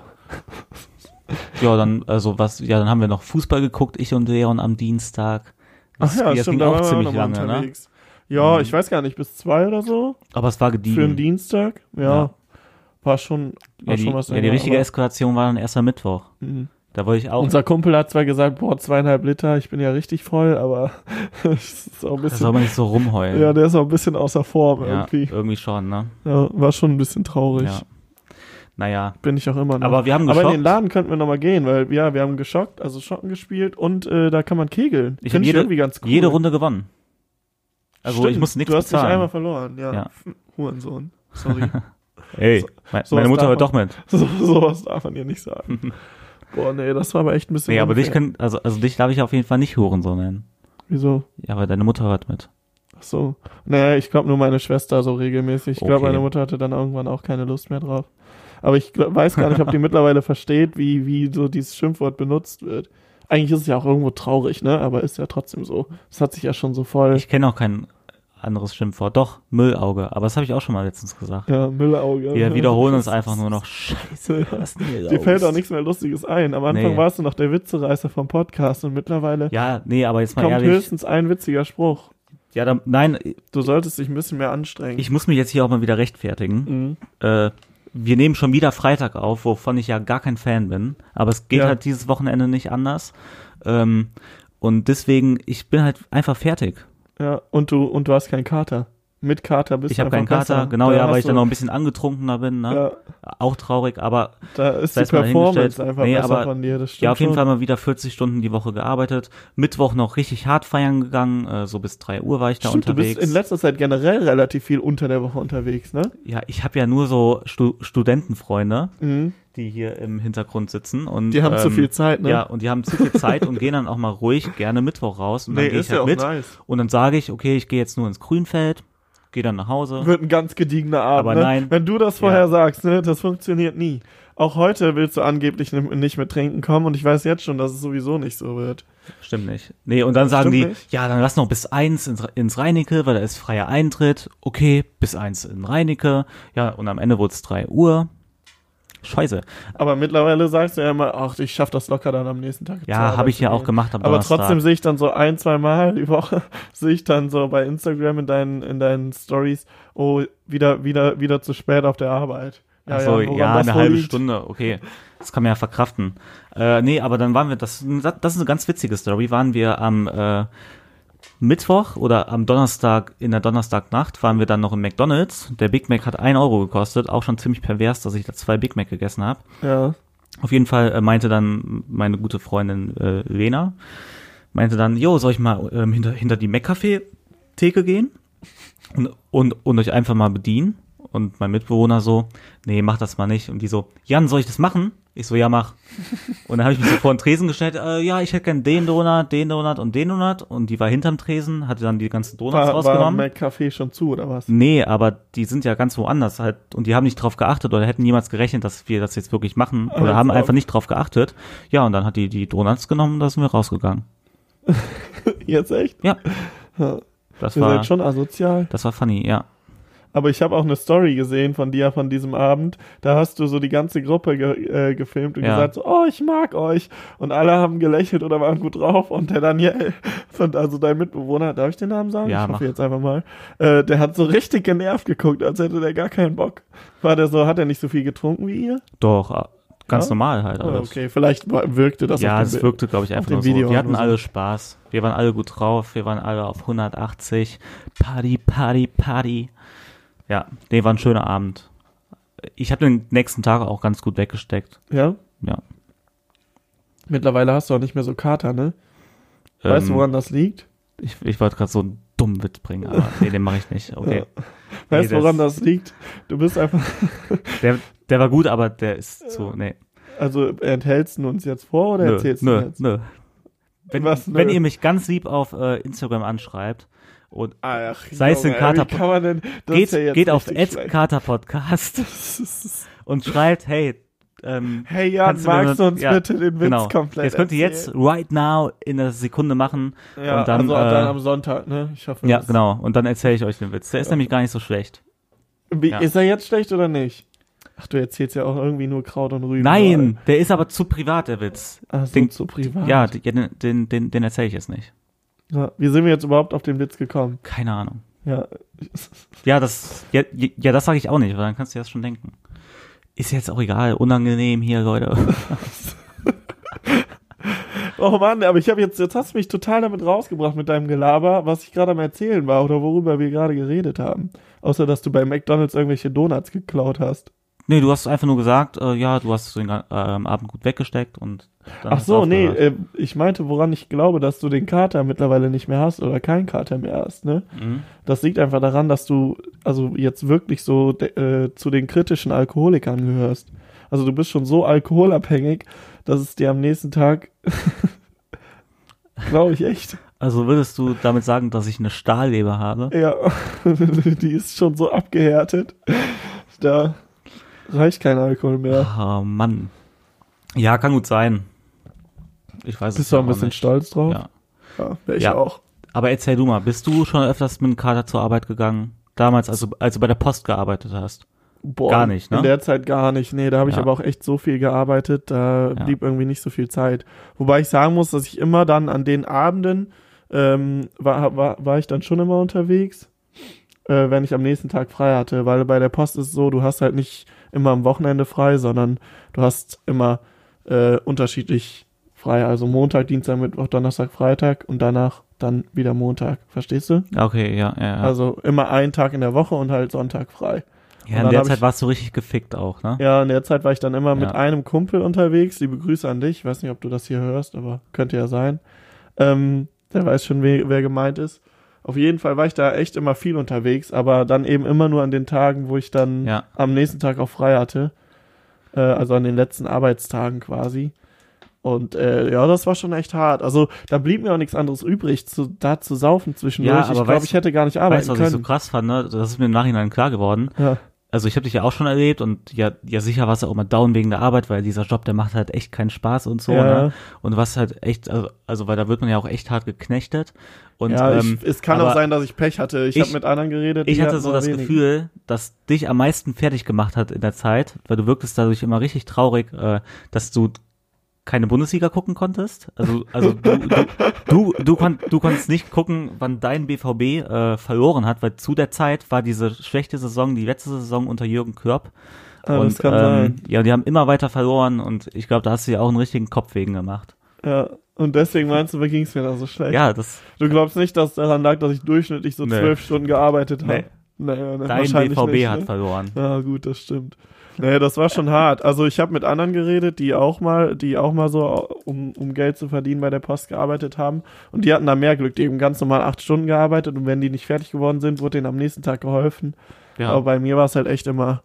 A: Ja, dann, also was, ja, dann haben wir noch Fußball geguckt, ich und Leon am Dienstag.
C: Ach ja, stimmt, da waren wir auch nochmal unterwegs. Ja,
A: ne? Mhm.
C: ich weiß gar nicht, bis zwei oder so
A: Aber es war
C: für einen
A: gediegen.
C: Dienstag. Ja,
A: Ja.
C: war schon, war
A: Ja, die,
C: schon was.
A: ja, die
C: länger,
A: richtige
C: aber-
A: Eskalation war dann erst am Mittwoch.
C: Mhm.
A: Da wollte ich auch.
C: Unser Kumpel hat zwar gesagt, boah, zweieinhalb Liter, ich bin ja richtig voll, aber das ist auch ein
A: da soll
C: bisschen,
A: man nicht so rumheulen.
C: ja, der ist auch ein bisschen außer Form
A: Ja,
C: irgendwie.
A: irgendwie schon, ne?
C: Ja, war schon ein bisschen traurig.
A: Ja. Naja,
C: Bin ich auch immer noch.
A: aber wir haben
C: Aber in
A: geschockt.
C: den Laden könnten wir nochmal gehen, weil ja, wir haben geschockt, also Schocken gespielt und äh, da kann man kegeln.
A: Ich hab
C: Finde ich
A: jede-
C: irgendwie ganz cool.
A: Jede Runde gewonnen. Also ich musste nichts
C: Du hast
A: bezahlen.
C: nicht einmal verloren, ja.
A: Ja.
C: Hurensohn. Sorry.
A: Ey, me-
C: so
A: meine
C: was
A: Mutter
C: darf
A: hört doch mit.
C: so, sowas darf man hier nicht sagen. Boah, nee, das war aber echt ein bisschen.
A: Nee, aber dich
C: unfair.
A: kann, also, also dich darf ich auf jeden Fall nicht hören, so nennen.
C: Wieso?
A: Ja, weil deine Mutter hört mit.
C: Ach so. Naja, ich glaube nur meine Schwester so regelmäßig. Ich glaube,
A: Okay.
C: meine Mutter hatte dann irgendwann auch keine Lust mehr drauf. Aber ich glaub, weiß gar nicht, ob die mittlerweile versteht, wie, wie so dieses Schimpfwort benutzt wird. Eigentlich ist es ja auch irgendwo traurig, ne? Aber ist ja trotzdem so. Das hat sich ja schon so voll.
A: Ich kenne auch kein anderes Schimpfwort. Doch, Müllauge. Aber das habe ich auch schon mal letztens gesagt.
C: ja, Müllauge.
A: Wir wiederholen uns einfach nur noch. Scheiße, was ist denn hier
C: Dir
A: los?
C: fällt auch nichts mehr Lustiges ein. Am Anfang
A: Nee.
C: warst du noch der Witzereißer vom Podcast und mittlerweile
A: Ja, nee, aber jetzt mal
C: kommt
A: ehrlich.
C: höchstens ein witziger Spruch.
A: Ja, dann, nein,
C: Du solltest dich ein bisschen mehr anstrengen.
A: ich muss mich jetzt hier auch mal wieder rechtfertigen.
C: Mhm.
A: Äh, wir nehmen schon wieder Freitag auf, wovon ich ja gar kein Fan bin. Aber es geht
C: Ja.
A: halt dieses Wochenende nicht anders. Ähm, und deswegen, ich bin halt einfach fertig.
C: Ja, und du, und du hast keinen Kater. Mit Kater bist
A: Ich
C: du
A: habe keinen
C: einfach
A: Kater,
C: besser.
A: genau,
C: Da
A: ja,
C: hast
A: weil ich
C: du-
A: dann noch ein bisschen angetrunkener bin, ne?
C: Ja,
A: Auch traurig, aber
C: da ist
A: Sei
C: die
A: es mal
C: Performance
A: dahingestellt.
C: einfach
A: Nee,
C: besser
A: aber-
C: von dir, das stimmt
A: Ja, auf jeden
C: schon.
A: Fall mal wieder 40 Stunden die Woche gearbeitet. Mittwoch noch richtig hart feiern gegangen, äh, so bis 3 Uhr war ich da
C: Stimmt, du
A: unterwegs.
C: bist in letzter Zeit generell relativ viel unter der Woche unterwegs, ne?
A: ja, ich habe ja nur so Stu Studentenfreunde,
C: Mhm.
A: die hier im Hintergrund sitzen und ähm,
C: Die haben zu viel Zeit, ne?
A: Ja, und die haben zu viel Zeit und gehen dann auch mal ruhig gerne Mittwoch raus und dann gehe ich halt mit
C: nice.
A: und dann sage ich, okay, ich gehe jetzt nur ins Grünfeld, gehe dann nach Hause.
C: Wird ein ganz gediegener Abend,
A: Aber
C: ne?
A: nein.
C: Wenn du das vorher
A: Ja.
C: sagst, ne, das funktioniert nie. Auch heute willst du angeblich n- nicht mit Trinken kommen und ich weiß jetzt schon, dass es sowieso nicht so wird.
A: Stimmt nicht. Nee, und dann sagen
C: Stimmt
A: die,
C: nicht?
A: ja, dann lass noch bis eins ins, ins Reinicke, weil da ist freier Eintritt. Okay, bis eins in Reinicke. Ja, und am Ende wurde es 3 Uhr. Scheiße.
C: Aber mittlerweile sagst du ja immer, ach, ich schaff das locker dann am nächsten Tag. zur
A: Ja,
C: Arbeit
A: habe ich
C: zu
A: ja auch
C: gehen.
A: gemacht am
C: Aber
A: Donnerstag.
C: trotzdem sehe ich dann so ein, zwei Mal die Woche, sehe ich dann so bei Instagram in deinen, in deinen Stories, oh, wieder, wieder, wieder zu spät auf der Arbeit.
A: Ach so,
C: woran
A: ja,
C: das
A: eine
C: wohl
A: halbe
C: liegt.
A: Stunde, okay. Das kann man ja verkraften. Äh, nee, aber dann waren wir, das, das ist eine ganz witzige Story, waren wir am äh, Mittwoch oder am Donnerstag, in der Donnerstagnacht waren wir dann noch in McDonalds. Der Big Mac hat 1 Euro gekostet, auch schon ziemlich pervers, dass ich da zwei Big Mac gegessen habe.
C: Ja,
A: Auf jeden Fall äh, meinte dann meine gute Freundin äh, Lena, meinte dann, jo, soll ich mal ähm, hinter, hinter die Mac-Café-Theke gehen und, und, und euch einfach mal bedienen? Und mein Mitbewohner so, nee, mach das mal nicht. Und die so, Jan, soll ich das machen? Ich so, ja, mach. Und dann habe ich mich so vor den Tresen gestellt, äh, ja, ich hätte gern den Donut, den Donut und den Donut. Und die war hinterm Tresen, hatte dann die ganzen Donuts
C: war, war
A: rausgenommen. Hm.
C: mein Café schon zu, oder was?
A: Nee, aber die sind ja ganz woanders halt und die haben nicht drauf geachtet oder hätten niemals gerechnet, dass wir das jetzt wirklich machen
C: jetzt
A: oder haben
C: auf.
A: einfach nicht drauf geachtet. Ja, und dann hat die die Donuts genommen und da sind wir rausgegangen.
C: Jetzt echt?
A: Ja.
C: Ja,
A: Das
C: Ihr
A: war
C: seid schon asozial.
A: das war funny, ja.
C: Aber ich habe auch eine Story gesehen von dir von diesem Abend. Da hast du so die ganze Gruppe ge äh, gefilmt und
A: Ja.
C: gesagt, so, oh, ich mag euch. Und alle haben gelächelt oder waren gut drauf. Und der Daniel, von, also dein Mitbewohner, darf ich den Namen sagen?
A: Ja,
C: ich
A: mach.
C: hoffe jetzt einfach mal. Äh, der hat so richtig genervt geguckt, als hätte der gar keinen Bock. War der so, hat er nicht so viel getrunken wie ihr?
A: Doch, ah, ganz
C: Ja?
A: normal halt
C: Oh,
A: alles.
C: okay, vielleicht wa- wirkte das
A: ja,
C: auf dem
A: es
C: Bild.
A: wirkte, glaube ich, einfach
C: dem
A: nur so.
C: Video
A: Wir
C: an,
A: hatten
C: also.
A: alle Spaß. Wir waren alle gut drauf. Wir waren alle auf 180. Party, Party, Party. Ja, nee, war ein schöner Abend. Ich habe den nächsten Tag auch ganz gut weggesteckt.
C: Ja?
A: Ja.
C: Mittlerweile hast du auch nicht mehr so Kater, ne? Weißt du,
A: Ähm,
C: woran das liegt?
A: Ich, ich wollte gerade so einen dummen Witz bringen, aber nee, den mache ich nicht. Okay.
C: Weißt du,
A: das-
C: woran das liegt? Du bist einfach,
A: Der, der war gut, aber der ist zu. Nee.
C: also enthältst du uns jetzt vor oder
A: Nö,
C: erzählst du
A: nö,
C: jetzt?
A: nö. Wenn,
C: Was, nö?
A: wenn ihr mich ganz lieb auf äh, Instagram anschreibt und
C: Ach,
A: Sei es
C: Junge,
A: ein Kater-
C: ey, Wie kann man denn, das
A: geht,
C: ist ja jetzt
A: geht auf
C: richtig schlecht.
A: Podcast und schreibt, hey, ähm,
C: Hey Jan,
A: Kannst du mir
C: magst du
A: nur-
C: uns
A: ja,
C: bitte den Witz
A: genau.
C: komplett
A: Das könnt ihr jetzt
C: erzählen?
A: right now in der Sekunde machen.
C: Ja,
A: und dann,
C: also,
A: äh,
C: dann am Sonntag, ne? Ich hoffe,
A: Ja,
C: das-
A: genau. Und dann erzähle ich euch den Witz. Der ist nämlich gar nicht so schlecht.
C: Wie,
A: Ja.
C: Ist er jetzt schlecht oder nicht? Ach, du erzählst ja auch irgendwie nur Kraut und Rüben.
A: Nein, der ist aber zu privat, der Witz.
C: Ach, so,
A: Den-
C: zu privat.
A: Ja, den, den, den, den erzähle ich jetzt nicht.
C: Ja, Wie sind wir jetzt überhaupt auf den Witz gekommen?
A: Keine Ahnung.
C: Ja.
A: Ja, das, ja, ja, das sage ich auch nicht, weil dann kannst du dir das schon denken. Ist jetzt auch egal, unangenehm hier, Leute.
C: Oh Mann, aber ich habe jetzt, jetzt hast du mich total damit rausgebracht mit deinem Gelaber, was ich gerade am Erzählen war oder worüber wir gerade geredet haben. Außer, dass du bei McDonalds irgendwelche Donuts geklaut hast.
A: Nee, du hast einfach nur gesagt, äh, ja, du hast den ga- ähm, Abend gut weggesteckt und dann
C: Ach
A: hast
C: so,
A: du
C: nee,
A: aufgehört.
C: äh, ich meinte, woran ich glaube, dass du den Kater mittlerweile nicht mehr hast oder keinen Kater mehr hast, ne?
A: Mhm.
C: Das liegt einfach daran, dass du also jetzt wirklich so de- äh, zu den kritischen Alkoholikern gehörst. Also du bist schon so alkoholabhängig, dass es dir am nächsten Tag, glaube ich echt,
A: Also würdest du damit sagen, dass ich eine Stahlleber habe?
C: ja, die ist schon so abgehärtet, da reicht kein Alkohol mehr.
A: Ah, Mann. Ja, kann gut sein. Ich weiß es
C: Bist du auch
A: ja
C: ein bisschen
A: nicht.
C: stolz drauf?
A: Ja.
C: ja wär ich
A: Ja.
C: auch.
A: Aber erzähl du mal, bist du schon öfters mit dem Kater zur Arbeit gegangen? Damals, also als du bei der Post gearbeitet hast.
C: Boah,
A: Gar nicht, ne?
C: In der Zeit gar nicht. Nee, da habe ich
A: Ja.
C: aber auch echt so viel gearbeitet, da
A: Ja.
C: blieb irgendwie nicht so viel Zeit. Wobei ich sagen muss, dass ich immer dann an den Abenden ähm, war, war, war ich dann schon immer unterwegs, äh, wenn ich am nächsten Tag frei hatte. Weil bei der Post ist es so, du hast halt nicht immer am Wochenende frei, sondern du hast immer äh, unterschiedlich frei. Also Montag, Dienstag, Mittwoch, Donnerstag, Freitag und danach dann wieder Montag. Verstehst du?
A: Ja, Okay, ja, ja. ja.
C: Also immer einen Tag in der Woche und halt Sonntag frei.
A: ja in
C: dann
A: der
C: hab
A: Zeit
C: ich-
A: warst du richtig gefickt auch, ne?
C: Ja, in der Zeit war ich dann immer mit
A: Ja.
C: einem Kumpel unterwegs. Liebe Grüße an dich. Ich weiß nicht, ob du das hier hörst, aber könnte ja sein. Ähm, der weiß schon, wer, wer gemeint ist. Auf jeden Fall war ich da echt immer viel unterwegs, aber dann eben immer nur an den Tagen, wo ich dann
A: Ja.
C: am nächsten Tag auch frei hatte. Äh, also an den letzten Arbeitstagen quasi. Und äh, ja, das war schon echt hart. Also da blieb mir auch nichts anderes übrig, zu, da zu saufen zwischendurch.
A: Ja, aber
C: ich glaube,
A: weißt-
C: ich hätte gar nicht arbeiten
A: Weißt du, was ich so
C: können.
A: krass fand? Ne? Das ist mir im Nachhinein klar geworden.
C: ja.
A: Also ich habe dich ja auch schon erlebt und ja, ja sicher warst du auch mal down wegen der Arbeit, weil dieser Job, der macht halt echt keinen Spaß und so.
C: Ja.
A: Ne? Und du warst halt echt, also, also weil da wird man ja auch echt hart geknechtet. Und
C: ja,
A: ähm,
C: ich, es kann auch
A: aber
C: sein, dass ich Pech hatte. Ich,
A: ich-
C: hab habe mit anderen geredet.
A: Ich
C: die
A: hatte
C: hatten
A: so
C: nur
A: das
C: wenig.
A: Gefühl, dass dich am meisten fertig gemacht hat in der Zeit, weil du wirktest dadurch immer richtig traurig, äh, dass du keine Bundesliga gucken konntest. Also, also du, du, du, du, kon du konntest nicht gucken, wann dein BVB äh, verloren hat, weil zu der Zeit war diese schlechte Saison, die letzte Saison unter Jürgen Klopp.
C: Ah,
A: und,
C: das kann
A: ähm,
C: sein.
A: Ja, die haben immer weiter verloren und ich glaube, da hast du ja auch einen richtigen Kopf wegen gemacht.
C: Ja. Und deswegen meinst du, ging es mir da so schlecht?
A: Ja, das
C: Du glaubst nicht, dass daran lag, dass ich durchschnittlich so
A: Nee.
C: zwölf Stunden gearbeitet habe?
A: Nee.
C: Nee. Naja, ne,
A: dein
C: wahrscheinlich
A: BVB
C: nicht,
A: hat
C: ne?
A: verloren.
C: Ja, gut, das stimmt. Naja, das war schon hart. Also ich habe mit anderen geredet, die auch mal, die auch mal so, um, um Geld zu verdienen, bei der Post gearbeitet haben. Und die hatten da mehr Glück. Die haben ganz normal acht Stunden gearbeitet und wenn die nicht fertig geworden sind, wurde denen am nächsten Tag geholfen.
A: Ja.
C: Aber bei mir war es halt echt immer.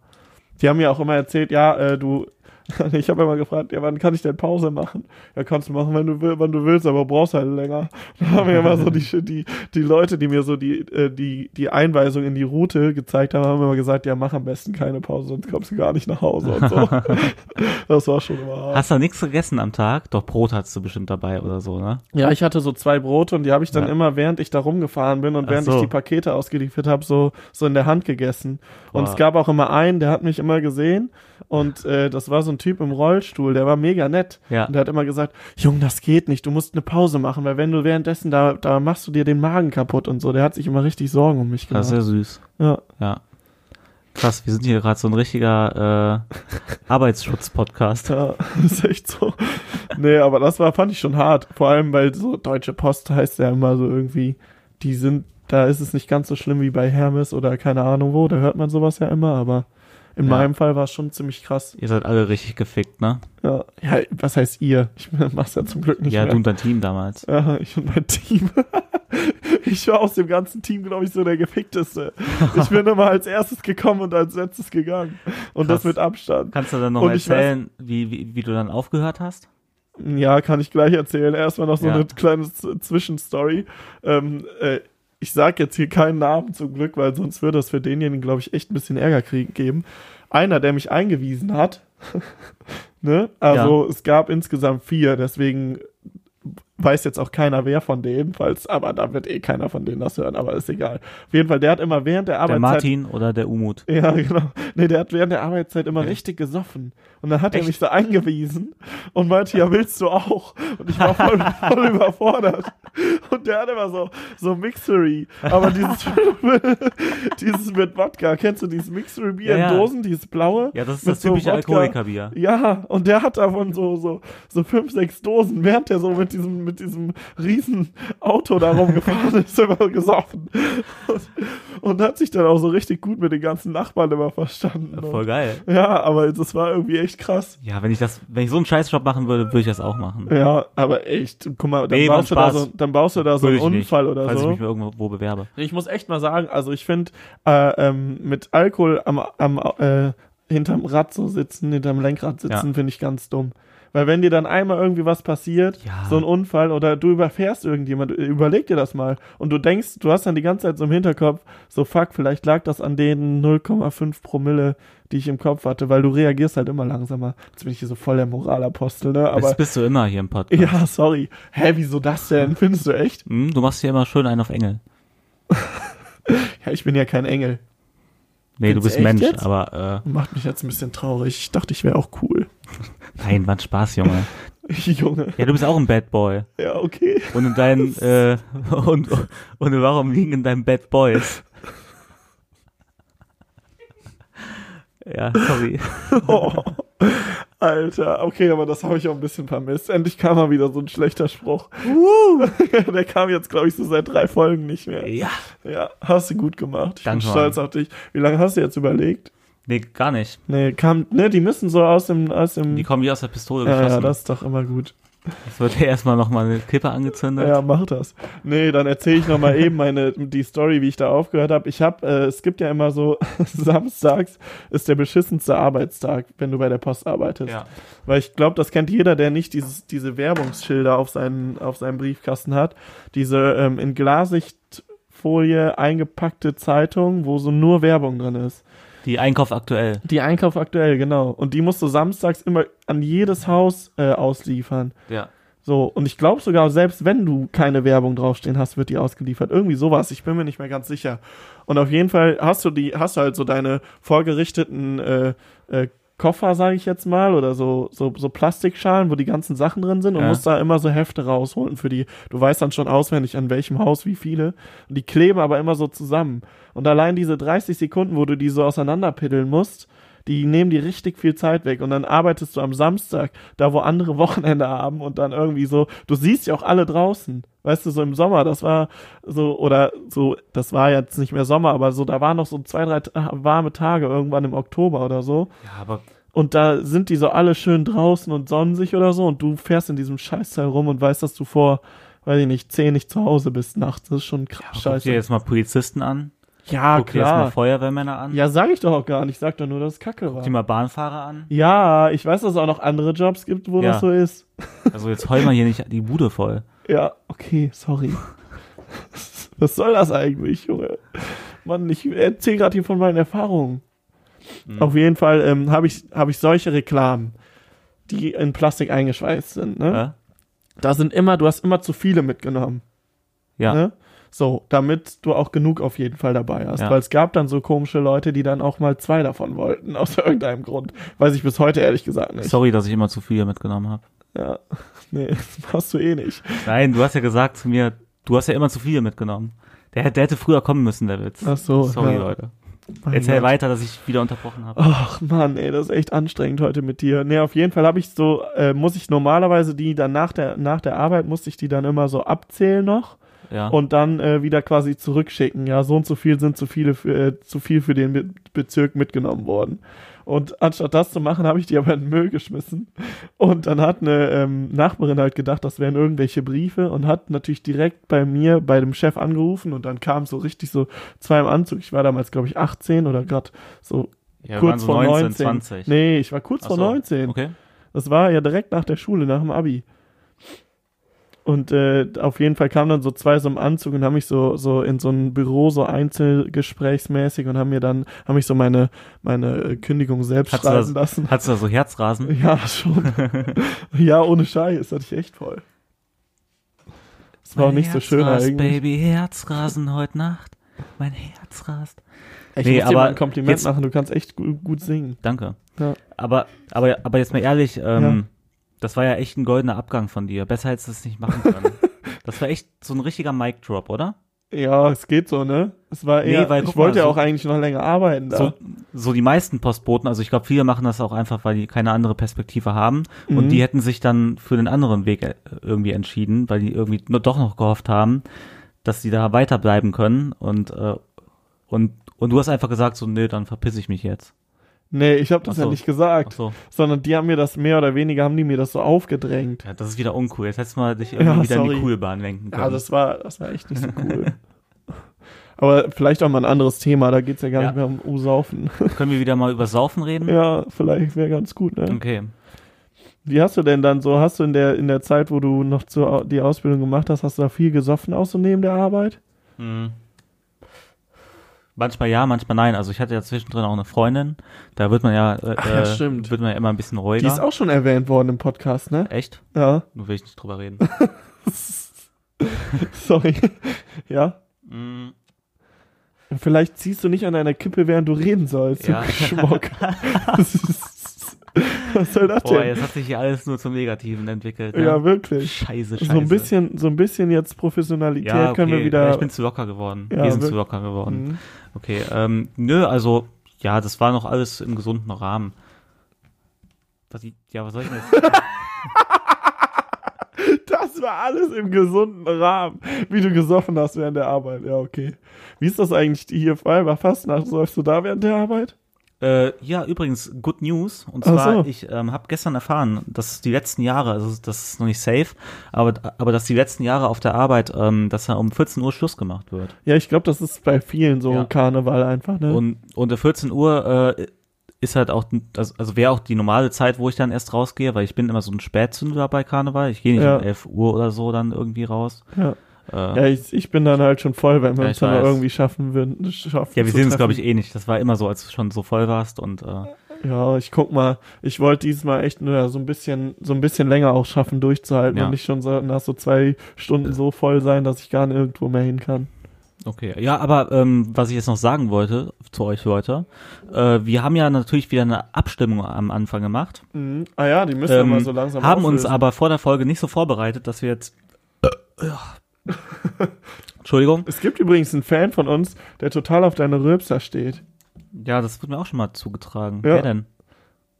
C: Die haben mir auch immer erzählt, ja, äh, du Ich habe immer gefragt, ja, wann kann ich denn Pause machen? Ja, kannst du machen, wenn du willst, wann du willst, aber brauchst halt länger. Da haben mir immer so die, die, die Leute, die mir so die, äh, die, die Einweisung in die Route gezeigt haben, haben immer gesagt, ja, mach am besten keine Pause, sonst kommst du gar nicht nach Hause und so. das war schon immer hart.
A: Hast du nichts gegessen am Tag? Doch Brot hattest du bestimmt dabei oder so, ne?
C: Ja, ich hatte so zwei Brote und die habe ich dann
A: Ja.
C: immer, während ich da rumgefahren bin und
A: Ach
C: während ich
A: so.
C: die Pakete ausgeliefert habe, so, so in der Hand gegessen. Und
A: Boah.
C: es gab auch immer einen, der hat mich immer gesehen und äh, das war so ein Typ im Rollstuhl, der war mega nett.
A: Ja.
C: Und der hat immer gesagt, Jung, das geht nicht, du musst eine Pause machen, weil wenn du währenddessen, da, da machst du dir den Magen kaputt und so. Der hat sich immer richtig Sorgen um mich
A: Das ist
C: gemacht.
A: ja süß.
C: Ja.
A: Ja. Krass, wir sind hier gerade so ein richtiger äh, Arbeitsschutz-Podcast.
C: Ja, ist echt so. Nee, aber das war, fand ich schon hart. Vor allem, weil so Deutsche Post heißt ja immer so irgendwie, die sind, da ist es nicht ganz so schlimm wie bei Hermes oder keine Ahnung wo, da hört man sowas ja immer, aber in
A: Ja.
C: meinem Fall war es schon ziemlich krass.
A: Ihr seid alle richtig gefickt, ne?
C: Ja, ja was heißt ihr? Ich mach's ja zum Glück nicht
A: ja,
C: mehr.
A: du und dein Team damals.
C: Ja, ich und mein Team. Ich war aus dem ganzen Team, glaube ich, so der Gefickteste. Ich bin immer als erstes gekommen und als letztes gegangen. Und
A: Krass.
C: das mit Abstand.
A: Kannst du dann noch
C: Und ich
A: erzählen, wie, wie, wie du dann aufgehört hast?
C: Ja, kann ich gleich erzählen. Erstmal noch so
A: Ja.
C: eine kleine Z- Zwischenstory. Ähm, äh, ich sag jetzt hier keinen Namen zum Glück, weil sonst würde das für denjenigen, glaube ich, echt ein bisschen Ärger kriegen, geben. Einer, der mich eingewiesen hat, ne? Also es gab insgesamt vier, deswegen weiß jetzt auch keiner, wer von denen, falls, aber da wird eh keiner von denen das hören, aber ist egal. Auf jeden Fall, der hat immer während der
A: Der
C: Arbeitszeit
A: Martin oder der Umut?
C: ja, genau. Nee, der hat während der Arbeitszeit immer
A: Ja.
C: richtig gesoffen. Und dann hat er
A: Echt?
C: mich so eingewiesen und meinte, ja, willst du auch? Und ich war voll, voll überfordert. Und der hat immer so, so Mixery. Aber dieses, dieses mit Wodka, kennst du dieses
A: Ja,
C: Mixery-Bier in
A: ja.
C: Dosen, dieses blaue?
A: Ja, das ist
C: Mit
A: das typische
C: Wodka.
A: Alkoholikerbier.
C: Ja, und der hat davon so, so, so fünf, sechs Dosen, während der so mit diesem, mit diesem riesen Auto da rumgefahren ist, immer gesoffen. Und, und hat sich dann auch so richtig gut mit den ganzen Nachbarn immer verstanden.
A: Voll geil.
C: Und- ja, aber das war irgendwie echt krass.
A: Ja, wenn ich das, wenn ich so einen Scheißjob machen würde, würde ich das auch machen.
C: Ja, aber echt, guck mal, dann,
A: Nee, war
C: baust, du da
A: Spaß.
C: so, dann baust du da so einen
A: würde ich nicht,
C: Unfall oder
A: falls
C: so.
A: ich mich irgendwo bewerbe.
C: Ich muss echt mal sagen, also ich finde, äh, ähm, mit Alkohol am, am äh, hinterm Rad so sitzen, hinterm Lenkrad sitzen,
A: Ja.
C: finde ich ganz dumm. Weil wenn dir dann einmal irgendwie was passiert,
A: Ja.
C: so ein Unfall oder du überfährst irgendjemand, äh, überleg dir das mal und du denkst, du hast dann die ganze Zeit so im Hinterkopf, so fuck, vielleicht lag das an den 0,5 Promille, die ich im Kopf hatte, weil du reagierst halt immer langsamer. Jetzt bin ich hier so voll der Moralapostel, ne?
A: Aber
C: Aber
A: das bist du immer hier im Podcast.
C: ja, sorry. Hä, wieso das denn? Findest du echt?
A: Hm, du machst hier immer schön einen auf Engel.
C: Ja, ich bin ja kein Engel.
A: Nee, du
C: Findest
A: bist
C: du echt
A: Mensch,
C: jetzt?
A: aber
C: Macht mich jetzt ein bisschen traurig. Ich dachte, ich wäre auch cool.
A: äh, nein, war ein Spaß, Junge.
C: Junge.
A: Ja, du bist auch ein Bad Boy.
C: Ja, okay.
A: Und in deinen, äh, und, und warum liegen in deinem Bad Boys? Ja, sorry.
C: Oh. Alter, okay, aber das habe ich auch ein bisschen vermisst. Endlich kam mal wieder so ein schlechter Spruch. Der kam jetzt, glaube ich, so seit drei Folgen nicht mehr.
A: Ja.
C: Ja, hast du gut gemacht. Ich
A: Danke,
C: bin stolz auf dich. Wie lange hast du jetzt überlegt?
A: Nee, gar nicht.
C: Nee, kam, ne, die müssen so aus dem, aus dem,
A: Die kommen wie aus der Pistole
C: ja,
A: geschossen.
C: ja, das ist doch immer gut.
A: Es wird ja erstmal nochmal eine Kippe angezündet.
C: Ja, mach das. Nee, dann erzähle ich nochmal eben meine, die Story, wie ich da aufgehört habe. Ich habe, äh, es gibt ja immer so, samstags ist der beschissenste Arbeitstag, wenn du bei der Post arbeitest.
A: Ja.
C: Weil ich glaube, das kennt jeder, der nicht dieses, diese Werbungsschilder auf, seinen, auf seinem Briefkasten hat. Diese ähm, in Glasichtfolie eingepackte Zeitung, wo so nur Werbung drin ist.
A: Die Einkauf aktuell.
C: Die Einkauf aktuell, genau. Und die musst du samstags immer an jedes Haus äh, ausliefern.
A: Ja.
C: So, und ich glaube sogar, selbst wenn du keine Werbung draufstehen hast, wird die ausgeliefert. Irgendwie sowas, ich bin mir nicht mehr ganz sicher. Und auf jeden Fall hast du die, hast du halt so deine vorgerichteten äh, äh, Koffer, sage ich jetzt mal, oder so, so, so Plastikschalen, wo die ganzen Sachen drin sind und
A: Ja.
C: musst da immer so Hefte rausholen für die. Du weißt dann schon auswendig, an welchem Haus wie viele. Und die kleben aber immer so zusammen. Und allein diese 30 Sekunden, wo du die so auseinanderpiddeln musst, die nehmen dir richtig viel Zeit weg und dann arbeitest du am Samstag, da wo andere Wochenende haben und dann irgendwie so, du siehst ja auch alle draußen. Weißt du, so im Sommer, das war so, oder so, das war jetzt nicht mehr Sommer, aber so, da waren noch so zwei, drei Ta- warme Tage irgendwann im Oktober oder so.
A: Ja, aber
C: Und da sind die so alle schön draußen und sonnen sich oder so und du fährst in diesem Scheißteil rum und weißt, dass du vor, weiß ich nicht, zehn nicht zu Hause bist nachts. Das ist schon krass
A: guck dir
C: scheiße.
A: jetzt mal Polizisten an.
C: Ja,
A: Guck dir erstmal
C: klar.
A: Feuerwehrmänner an.
C: Ja, sag ich doch auch gar nicht. Ich sag doch nur, dass es kacke
A: Guck
C: war.
A: dir mal Bahnfahrer an.
C: Ja, ich weiß, dass es auch noch andere Jobs gibt, wo
A: Ja.
C: das so ist.
A: Also jetzt heul mal hier nicht die Bude voll.
C: Ja, okay, sorry. Was soll das eigentlich, Junge? Mann, ich erzähle gerade hier von meinen Erfahrungen.
A: Hm.
C: Auf jeden Fall ähm, habe ich, hab ich solche Reklamen, die in Plastik eingeschweißt sind. Ne?
A: Ja?
C: Da sind immer, du hast immer zu viele mitgenommen.
A: Ja.
C: Ne? So, damit du auch genug auf jeden Fall dabei hast.
A: Ja.
C: Weil es gab dann so komische Leute, die dann auch mal zwei davon wollten, aus irgendeinem Grund. Weiß ich bis heute ehrlich gesagt nicht.
A: Sorry, dass ich immer zu viel mitgenommen habe.
C: Ja. Nee, das machst du eh nicht.
A: Nein, du hast ja gesagt zu mir, du hast ja immer zu viel mitgenommen. Der, hätte- der hätte früher kommen müssen, der Witz.
C: Ach so,
A: Sorry,
C: ja.
A: Leute.
C: Mein
A: Erzähl
C: Gott.
A: weiter, dass ich wieder unterbrochen habe.
C: Ach Mann, ey, das ist echt anstrengend heute mit dir. Nee, auf jeden Fall habe ich so, äh, muss ich normalerweise die dann nach der, nach der Arbeit, musste ich die dann immer so abzählen noch
A: Ja.
C: und dann äh, wieder quasi zurückschicken. Ja, so und so viel sind zu viele für, äh, zu viel für den Be Bezirk mitgenommen worden. Und anstatt das zu machen, habe ich die aber in den Müll geschmissen. Und dann hat eine ähm, Nachbarin halt gedacht, das wären irgendwelche Briefe und hat natürlich direkt bei mir, bei dem Chef angerufen und dann kam so richtig so zwei im Anzug. Ich war damals, glaube ich, 18 oder gerade so
A: ja, wir waren
C: kurz
A: so
C: vor 19,
A: 20.
C: Nee, ich war kurz
A: Ach
C: vor
A: so,
C: 19.
A: Okay.
C: Das war ja direkt nach der Schule, nach dem Abi. Und äh, auf jeden Fall kamen dann so zwei so im Anzug und haben mich so, so in so ein Büro so einzelgesprächsmäßig und haben mir dann, haben mich so meine, meine äh, Kündigung selbst
A: Hat's
C: schreiben
A: das,
C: lassen.
A: Hattest du da so Herzrasen?
C: Ja, schon. ja, ohne Scheiß, hatte ich echt voll. Das war auch nicht so schön
A: Herzras,
C: eigentlich.
A: Baby, Herzrasen heute Nacht. Mein Herz rast.
C: Ich
A: Nee,
C: muss dir
A: aber
C: mal ein Kompliment
A: jetzt-
C: machen, du kannst echt gut, gut singen.
A: Danke.
C: Ja.
A: Aber, aber, aber jetzt mal ehrlich, ähm, das war ja echt ein goldener Abgang von dir. Besser hättest du es nicht machen können. das war echt so ein richtiger Mic-Drop, oder?
C: Ja, es geht so, ne? Es war
A: Nee,
C: eher,
A: weil,
C: ich
A: guck mal,
C: wollte ja
A: so-
C: auch eigentlich noch länger arbeiten da.
A: So, so die meisten Postboten, also ich glaube, viele machen das auch einfach, weil die keine andere Perspektive haben.
C: Mhm.
A: Und die hätten sich dann für den anderen Weg äh, irgendwie entschieden, weil die irgendwie nur- doch noch gehofft haben, dass sie da weiterbleiben können. Und, äh, und, und du hast einfach gesagt, so, nee, dann verpiss ich mich jetzt.
C: Nee, ich habe das
A: Ach so.
C: ja nicht
A: Ach
C: gesagt,
A: so.
C: sondern die haben mir das mehr oder weniger haben die mir das so aufgedrängt.
A: Ja, das ist wieder uncool. Jetzt hättest du mal dich irgendwie
C: Ja,
A: wieder in
C: sorry.
A: die Coolbahn lenken können.
C: Ja, das Also war das war echt nicht so cool. Aber vielleicht auch mal ein anderes Thema, da geht's ja gar
A: Ja.
C: nicht mehr um, um Saufen.
A: Können wir wieder mal über Saufen reden?
C: ja, vielleicht wäre ganz gut, ne?
A: Okay.
C: Wie hast du denn dann so, hast du in der in der Zeit, wo du noch zu, au- die Ausbildung gemacht hast, hast du da viel gesoffen auch so neben der Arbeit?
A: Hm. Manchmal ja, manchmal nein. Also ich hatte ja zwischendrin auch eine Freundin. Da wird man ja, äh,
C: Ach ja,
A: äh,
C: stimmt.
A: wird man ja immer ein bisschen ruhiger.
C: Die ist auch schon erwähnt worden im Podcast, ne?
A: Echt?
C: Ja.
A: Nur will ich nicht drüber reden.
C: Sorry. ja.
A: Mm,
C: Vielleicht ziehst du nicht an deiner Kippe, während du reden sollst.
A: Ja.
C: Ja. Schmuck. Das ist- Was soll das
A: Boah,
C: denn?
A: jetzt hat sich hier alles nur zum Negativen entwickelt. Ne?
C: Ja, wirklich.
A: scheiße, scheiße.
C: So ein bisschen, so ein bisschen jetzt Professionalität
A: ja, okay.
C: können wir
A: Ja,
C: wieder.
A: ich bin zu locker geworden.
C: Ja,
A: wir sind zu
C: wir-
A: locker geworden.
C: Mhm.
A: Okay, ähm, nö, also, ja, das war noch alles im gesunden Rahmen. Was, ich- ja, was soll ich denn jetzt?
C: das war alles im gesunden Rahmen, wie du gesoffen hast während der Arbeit. Ja, okay. Wie ist das eigentlich hier Fall? War Fastnacht, säufst du da während der Arbeit?
A: Äh, ja, übrigens, good news. Und
C: Ach
A: zwar,
C: so.
A: ich ähm, habe gestern erfahren, dass die letzten Jahre, also das ist noch nicht safe, aber, aber dass die letzten Jahre auf der Arbeit, ähm, dass da um 14 Uhr Schluss gemacht wird.
C: Ja, ich glaube, das ist bei vielen so
A: Ja.
C: Karneval einfach, ne?
A: Und, und um 14 Uhr äh, ist halt auch, also, also wäre auch die normale Zeit, wo ich dann erst rausgehe, weil ich bin immer so ein Spätzünder bei Karneval. Ich gehe nicht
C: Ja.
A: um 11 Uhr oder so dann irgendwie raus.
C: ja.
A: Äh, ja,
C: ja, ich, ich bin dann halt schon voll, wenn wir
A: Ja,
C: uns
A: ich
C: dann
A: weiß.
C: noch irgendwie schaffen würden. Schaffen
A: wir sehen uns, glaube ich, eh nicht. Das war immer so, als du schon so voll warst und äh,
C: Ja, ich guck mal. Ich wollte dieses Mal echt nur so ein bisschen, so ein bisschen länger auch schaffen, durchzuhalten
A: Ja.
C: und nicht schon so, nach so zwei Stunden so voll sein, dass ich gar nirgendwo mehr hin kann.
A: Okay, ja, aber ähm, was ich jetzt noch sagen wollte zu euch Leute, äh, wir haben ja natürlich wieder eine Abstimmung am Anfang gemacht,
C: Mhm. Ah ja, die müssen wir
A: ähm,
C: mal so langsam
A: haben uns
C: auflösen.
A: aber vor der Folge nicht so vorbereitet, dass wir jetzt äh, Entschuldigung,
C: Es gibt übrigens einen Fan von uns, der total auf deine Rülpser steht.
A: ja, das wird mir auch schon mal zugetragen.
C: Ja.
A: Wer denn?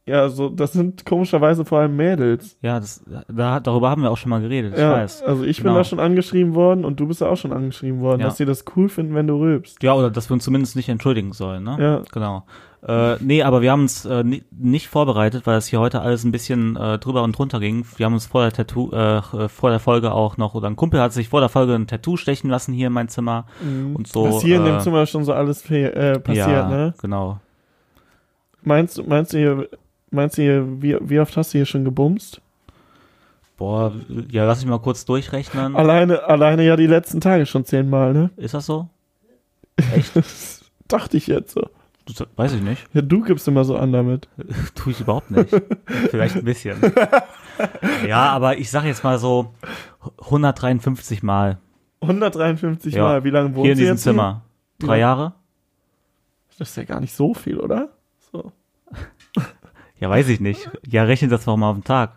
C: Ja, so, das sind komischerweise vor allem Mädels.
A: Ja, das, da, darüber haben wir auch schon mal geredet, ich
C: ja,
A: weiß.
C: also ich
A: Genau.
C: bin da schon angeschrieben worden und du bist da auch schon angeschrieben worden,
A: Ja.
C: dass sie das cool finden, wenn du rülpst.
A: Ja, oder dass wir uns zumindest nicht entschuldigen sollen, ne?
C: Ja.
A: Genau. Äh, nee, aber wir haben uns äh, ni- nicht vorbereitet, weil es hier heute alles ein bisschen äh, drüber und drunter ging. Wir haben uns vor der Tattoo, äh, vor der Folge auch noch, oder ein Kumpel hat sich vor der Folge ein Tattoo stechen lassen hier in mein Zimmer. Und so.
C: Was hier in
A: äh,
C: dem Zimmer schon so alles fe- äh, passiert,
A: ja,
C: ne?
A: Genau.
C: Meinst, du- meinst du hier, meinst du hier, wie, wie oft hast du hier schon gebumst?
A: Boah, ja, lass mich mal kurz durchrechnen.
C: Alleine, alleine ja die letzten Tage schon zehnmal, ne?
A: Ist das so?
C: Das dachte ich jetzt so.
A: Das weiß ich nicht.
C: Ja, du gibst immer so an damit.
A: Tue ich überhaupt nicht. Vielleicht ein bisschen. Ja, aber ich sag jetzt mal so 153 Mal
C: 153
A: Ja.
C: Mal, wie lange wohnst
A: hier in
C: du
A: diesem
C: jetzt hier?
A: Zimmer. Drei
C: Ja.
A: Jahre?
C: Das ist ja gar nicht so viel, oder? So.
A: Ja, weiß ich nicht. Ja, rechne das doch mal auf den Tag.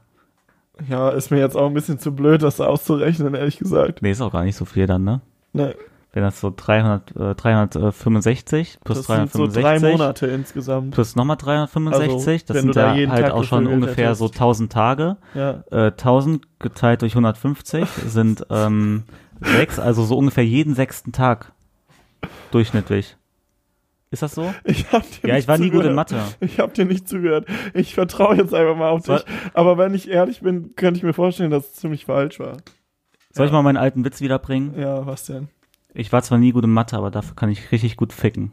C: Ja, ist mir jetzt auch ein bisschen zu blöd, das auszurechnen, ehrlich gesagt.
A: Nee, ist auch gar nicht so viel dann, ne?
C: Ne,
A: Wenn das so 300, äh, 365 plus
C: das sind so
A: 365
C: drei Monate insgesamt.
A: plus nochmal 365,
C: Also,
A: das
C: wenn
A: sind
C: du da
A: ja
C: jeden
A: halt
C: Tag
A: auch schon
C: gevögelt
A: ungefähr so
C: hättest.
A: 1000 Tage.
C: Ja.
A: Äh, 1000 geteilt durch 150 sind ähm, sechs, also so ungefähr jeden sechsten Tag durchschnittlich. Ist das so?
C: Ich hab dir
A: Ja,
C: nicht
A: ich war nie gut in
C: zugehört.
A: Mathe.
C: Ich habe dir nicht zugehört. Ich vertraue jetzt einfach mal auf
A: Soll-
C: dich. Aber wenn ich ehrlich bin, könnte ich mir vorstellen, dass es ziemlich falsch war.
A: Soll ich mal meinen alten Witz wiederbringen?
C: Ja, was denn?
A: Ich war zwar nie gut in Mathe, aber dafür kann ich richtig gut ficken.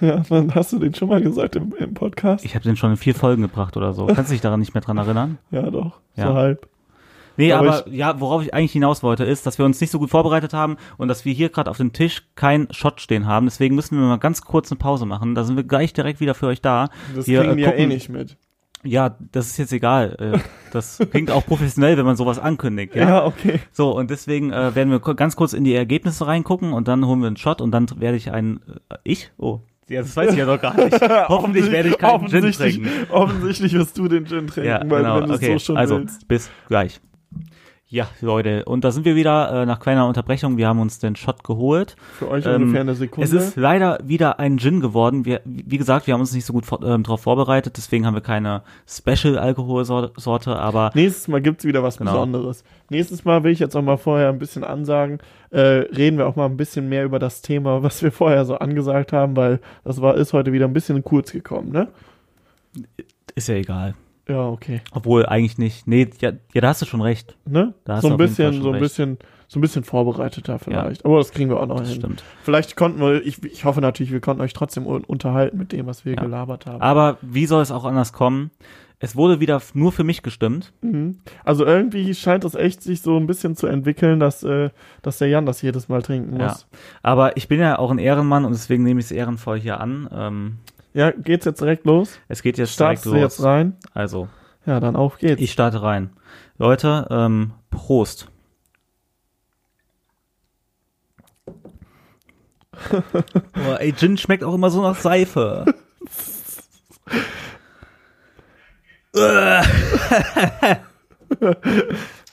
C: Ja, dann hast du den schon mal gesagt im, im Podcast.
A: Ich habe den schon in vier Folgen gebracht oder so. Kannst du dich daran nicht mehr dran erinnern?
C: Ja, doch.
A: Ja.
C: So halb.
A: Nee, aber,
C: Aber
A: ja, worauf ich eigentlich hinaus wollte, ist, dass wir uns nicht so gut vorbereitet haben und dass wir hier gerade auf dem Tisch keinen Shot stehen haben. Deswegen müssen wir mal ganz kurz eine Pause machen. Da sind wir gleich direkt wieder für euch da.
C: Das
A: Hier,
C: kriegen
A: äh,
C: die ja eh
A: gucken-
C: nicht mit.
A: Ja, das ist jetzt egal. Äh, Das klingt auch professionell, wenn man sowas ankündigt. Ja?
C: okay.
A: So, und deswegen äh, werden wir ko- ganz kurz in die Ergebnisse reingucken und dann holen wir einen Shot und dann werde ich einen... Äh, ich? Oh, ja, das weiß ich ja noch gar nicht. Hoffentlich werde ich keinen Gin
C: offensichtlich,
A: trinken.
C: Offensichtlich wirst du den Gin trinken,
A: Ja,
C: weil
A: genau.
C: wenn du es
A: okay.
C: so schon
A: also,
C: willst.
A: bis gleich. Ja, Leute, und da sind wir wieder äh, nach kleiner Unterbrechung. Wir haben uns den Shot geholt.
C: Für euch
A: Ähm,
C: ungefähr eine Sekunde.
A: Es ist leider wieder ein Gin geworden. Wir, wie gesagt, wir haben uns nicht so gut vor, ähm, darauf vorbereitet, deswegen haben wir keine Special-Alkoholsorte, aber
C: Nächstes Mal gibt's wieder was
A: Genau.
C: Besonderes. Nächstes Mal will ich jetzt auch mal vorher ein bisschen ansagen, äh, reden wir auch mal ein bisschen mehr über das Thema, was wir vorher so angesagt haben, weil das war, ist heute wieder ein bisschen kurz gekommen, ne?
A: ist ja egal.
C: Ja, okay.
A: Obwohl eigentlich nicht. Nee, ja, ja da hast du schon recht.
C: Ne?
A: Da hast
C: so
A: du auf
C: ein
A: jeden Fall
C: bisschen,
A: schon
C: so ein
A: recht.
C: bisschen, so ein bisschen vorbereiteter vielleicht. Aber das kriegen wir auch noch
A: Das
C: hin.
A: stimmt.
C: Vielleicht konnten wir, ich, ich hoffe natürlich, wir konnten euch trotzdem un unterhalten mit dem, was wir
A: Ja. Ah.
C: gelabert haben.
A: Aber wie soll es auch anders kommen? Es wurde wieder f- nur für mich gestimmt.
C: Mhm. Also irgendwie scheint das echt sich so ein bisschen zu entwickeln, dass, äh, dass der Jan das jedes Mal trinken
A: Ja.
C: muss.
A: Aber ich bin ja auch ein Ehrenmann und deswegen nehme ich es ehrenvoll hier an. Ähm,
C: Ja, geht's jetzt direkt los?
A: es geht jetzt
C: Startest du
A: direkt los.
C: jetzt rein?
A: Also,
C: Ja, dann auf geht's.
A: ich starte rein. Leute, ähm, Prost. Boah, ey, Gin schmeckt auch immer so nach Seife.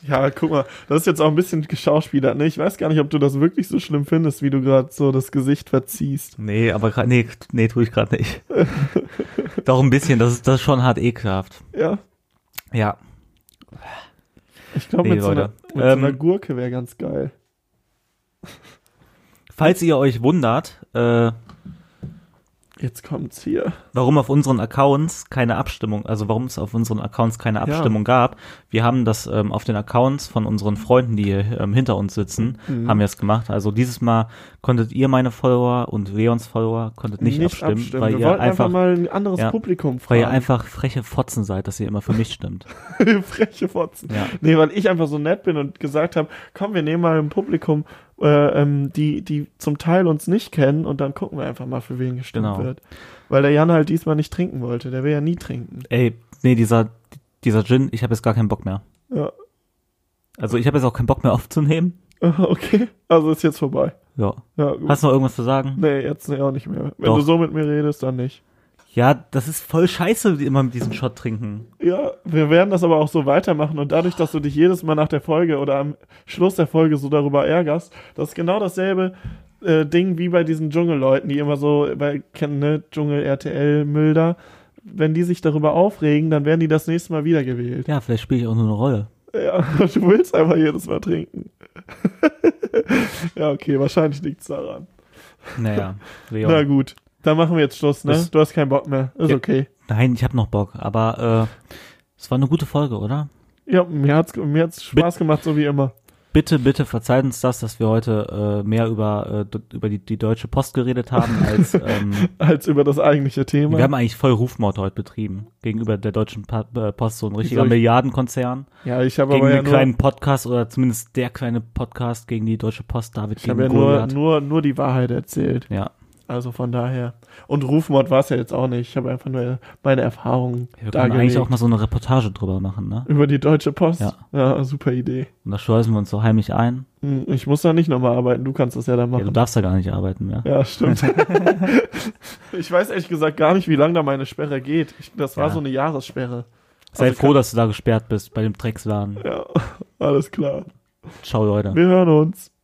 C: ja, guck mal, das ist jetzt auch ein bisschen geschauspielert, ne? Ich weiß gar nicht, ob du das wirklich so schlimm findest, wie du gerade so das Gesicht verziehst.
A: Nee, aber gra- nee, nee, tue ich gerade nicht. Doch ein bisschen, das ist, das ist schon hart ekelhaft.
C: Ja,
A: Ja,
C: ich glaube,
A: Nee,
C: mit, so einer,
A: Leute.
C: mit so einer
A: Ähm,
C: Gurke wäre ganz geil.
A: Falls ihr euch wundert, äh,
C: Jetzt kommt's hier.
A: warum auf unseren Accounts keine Abstimmung, also warum es auf unseren Accounts keine Abstimmung gab, wir haben das ähm, auf den Accounts von unseren Freunden, die hier, ähm, hinter uns sitzen,
C: Mhm.
A: haben wir es gemacht. Also dieses Mal konntet ihr meine Follower und Leons Follower konntet nicht, abstimmen, weil
C: Wir
A: ihr
C: wollten einfach,
A: einfach,
C: mal ein anderes
A: Ja.
C: Publikum
A: weil
C: fragen.
A: ihr einfach freche Fotzen seid, dass ihr immer für mich stimmt.
C: Freche Fotzen.
A: Ja.
C: Nee, weil ich einfach so nett bin und gesagt habe, komm, wir nehmen mal ein Publikum, äh, ähm, die, die zum Teil uns nicht kennen und dann gucken wir einfach mal, für wen gestimmt
A: Genau.
C: wird. Weil der Jan halt diesmal nicht trinken wollte. Der will ja nie trinken.
A: Ey, nee, dieser dieser Gin, ich habe jetzt gar keinen Bock mehr.
C: Ja.
A: Also ich habe jetzt auch keinen Bock mehr aufzunehmen.
C: Aha, Okay, also ist jetzt vorbei.
A: Ja.
C: Ja, gut.
A: Hast du noch irgendwas zu sagen?
C: nee, jetzt nee, auch nicht mehr. Wenn
A: Doch.
C: du so mit mir redest, dann nicht.
A: Ja, das ist voll scheiße, die immer mit diesem Shot trinken.
C: Ja, wir werden das aber auch so weitermachen und dadurch, dass du dich jedes Mal nach der Folge oder am Schluss der Folge so darüber ärgerst, das ist genau dasselbe äh, Ding wie bei diesen Dschungelleuten, die immer so, weil kennen ne, Dschungel, RTL, Milder, wenn die sich darüber aufregen, dann werden die das nächste Mal wiedergewählt.
A: Ja, vielleicht spiele ich auch nur eine Rolle.
C: Ja, du willst einfach jedes Mal trinken. ja, okay, wahrscheinlich liegt's daran.
A: Naja, Leon.
C: Na gut, dann machen wir jetzt Schluss, ne?
A: Ist-
C: Du hast keinen Bock mehr. Ist
A: Ja.
C: okay.
A: Nein, ich habe noch Bock, aber äh, es war eine gute Folge, oder?
C: Ja, mir hat's, mir hat's Spaß gemacht, so wie immer.
A: Bitte, bitte verzeiht uns das, dass wir heute äh, mehr über, äh, d- über die, die Deutsche Post geredet haben, als ähm,
C: Als über das eigentliche Thema.
A: wir haben eigentlich voll Rufmord heute betrieben gegenüber der Deutschen pa äh, Post, so ein richtiger
C: Wieso ich-
A: Milliardenkonzern.
C: ja, ich habe
A: Gegen
C: aber ja
A: den kleinen
C: nur,
A: Podcast oder zumindest der kleine Podcast gegen die Deutsche Post, David
C: ich
A: gegen
C: habe ja nur,
A: Goliath.
C: nur, nur die Wahrheit erzählt.
A: ja,
C: Also von daher. Und Rufmord war es ja jetzt auch nicht. Ich habe einfach nur meine Erfahrungen
A: wir können
C: dargelegt.
A: eigentlich auch mal so eine Reportage drüber machen, ne?
C: über die Deutsche Post.
A: Ja.
C: ja, super Idee.
A: Und da schleusen wir uns so heimlich ein.
C: Hm, Ich muss da nicht nochmal arbeiten, du kannst das ja dann
A: Ja, du
C: machen.
A: darfst da gar nicht arbeiten mehr.
C: Ja, stimmt. ich weiß ehrlich gesagt gar nicht, wie lange da meine Sperre geht. Ich, das war
A: Ja.
C: so eine Jahressperre.
A: Sei
C: Also
A: froh, dass du da gesperrt bist bei dem Drecksladen.
C: Ja, alles klar.
A: Ciao, Leute.
C: Wir hören uns.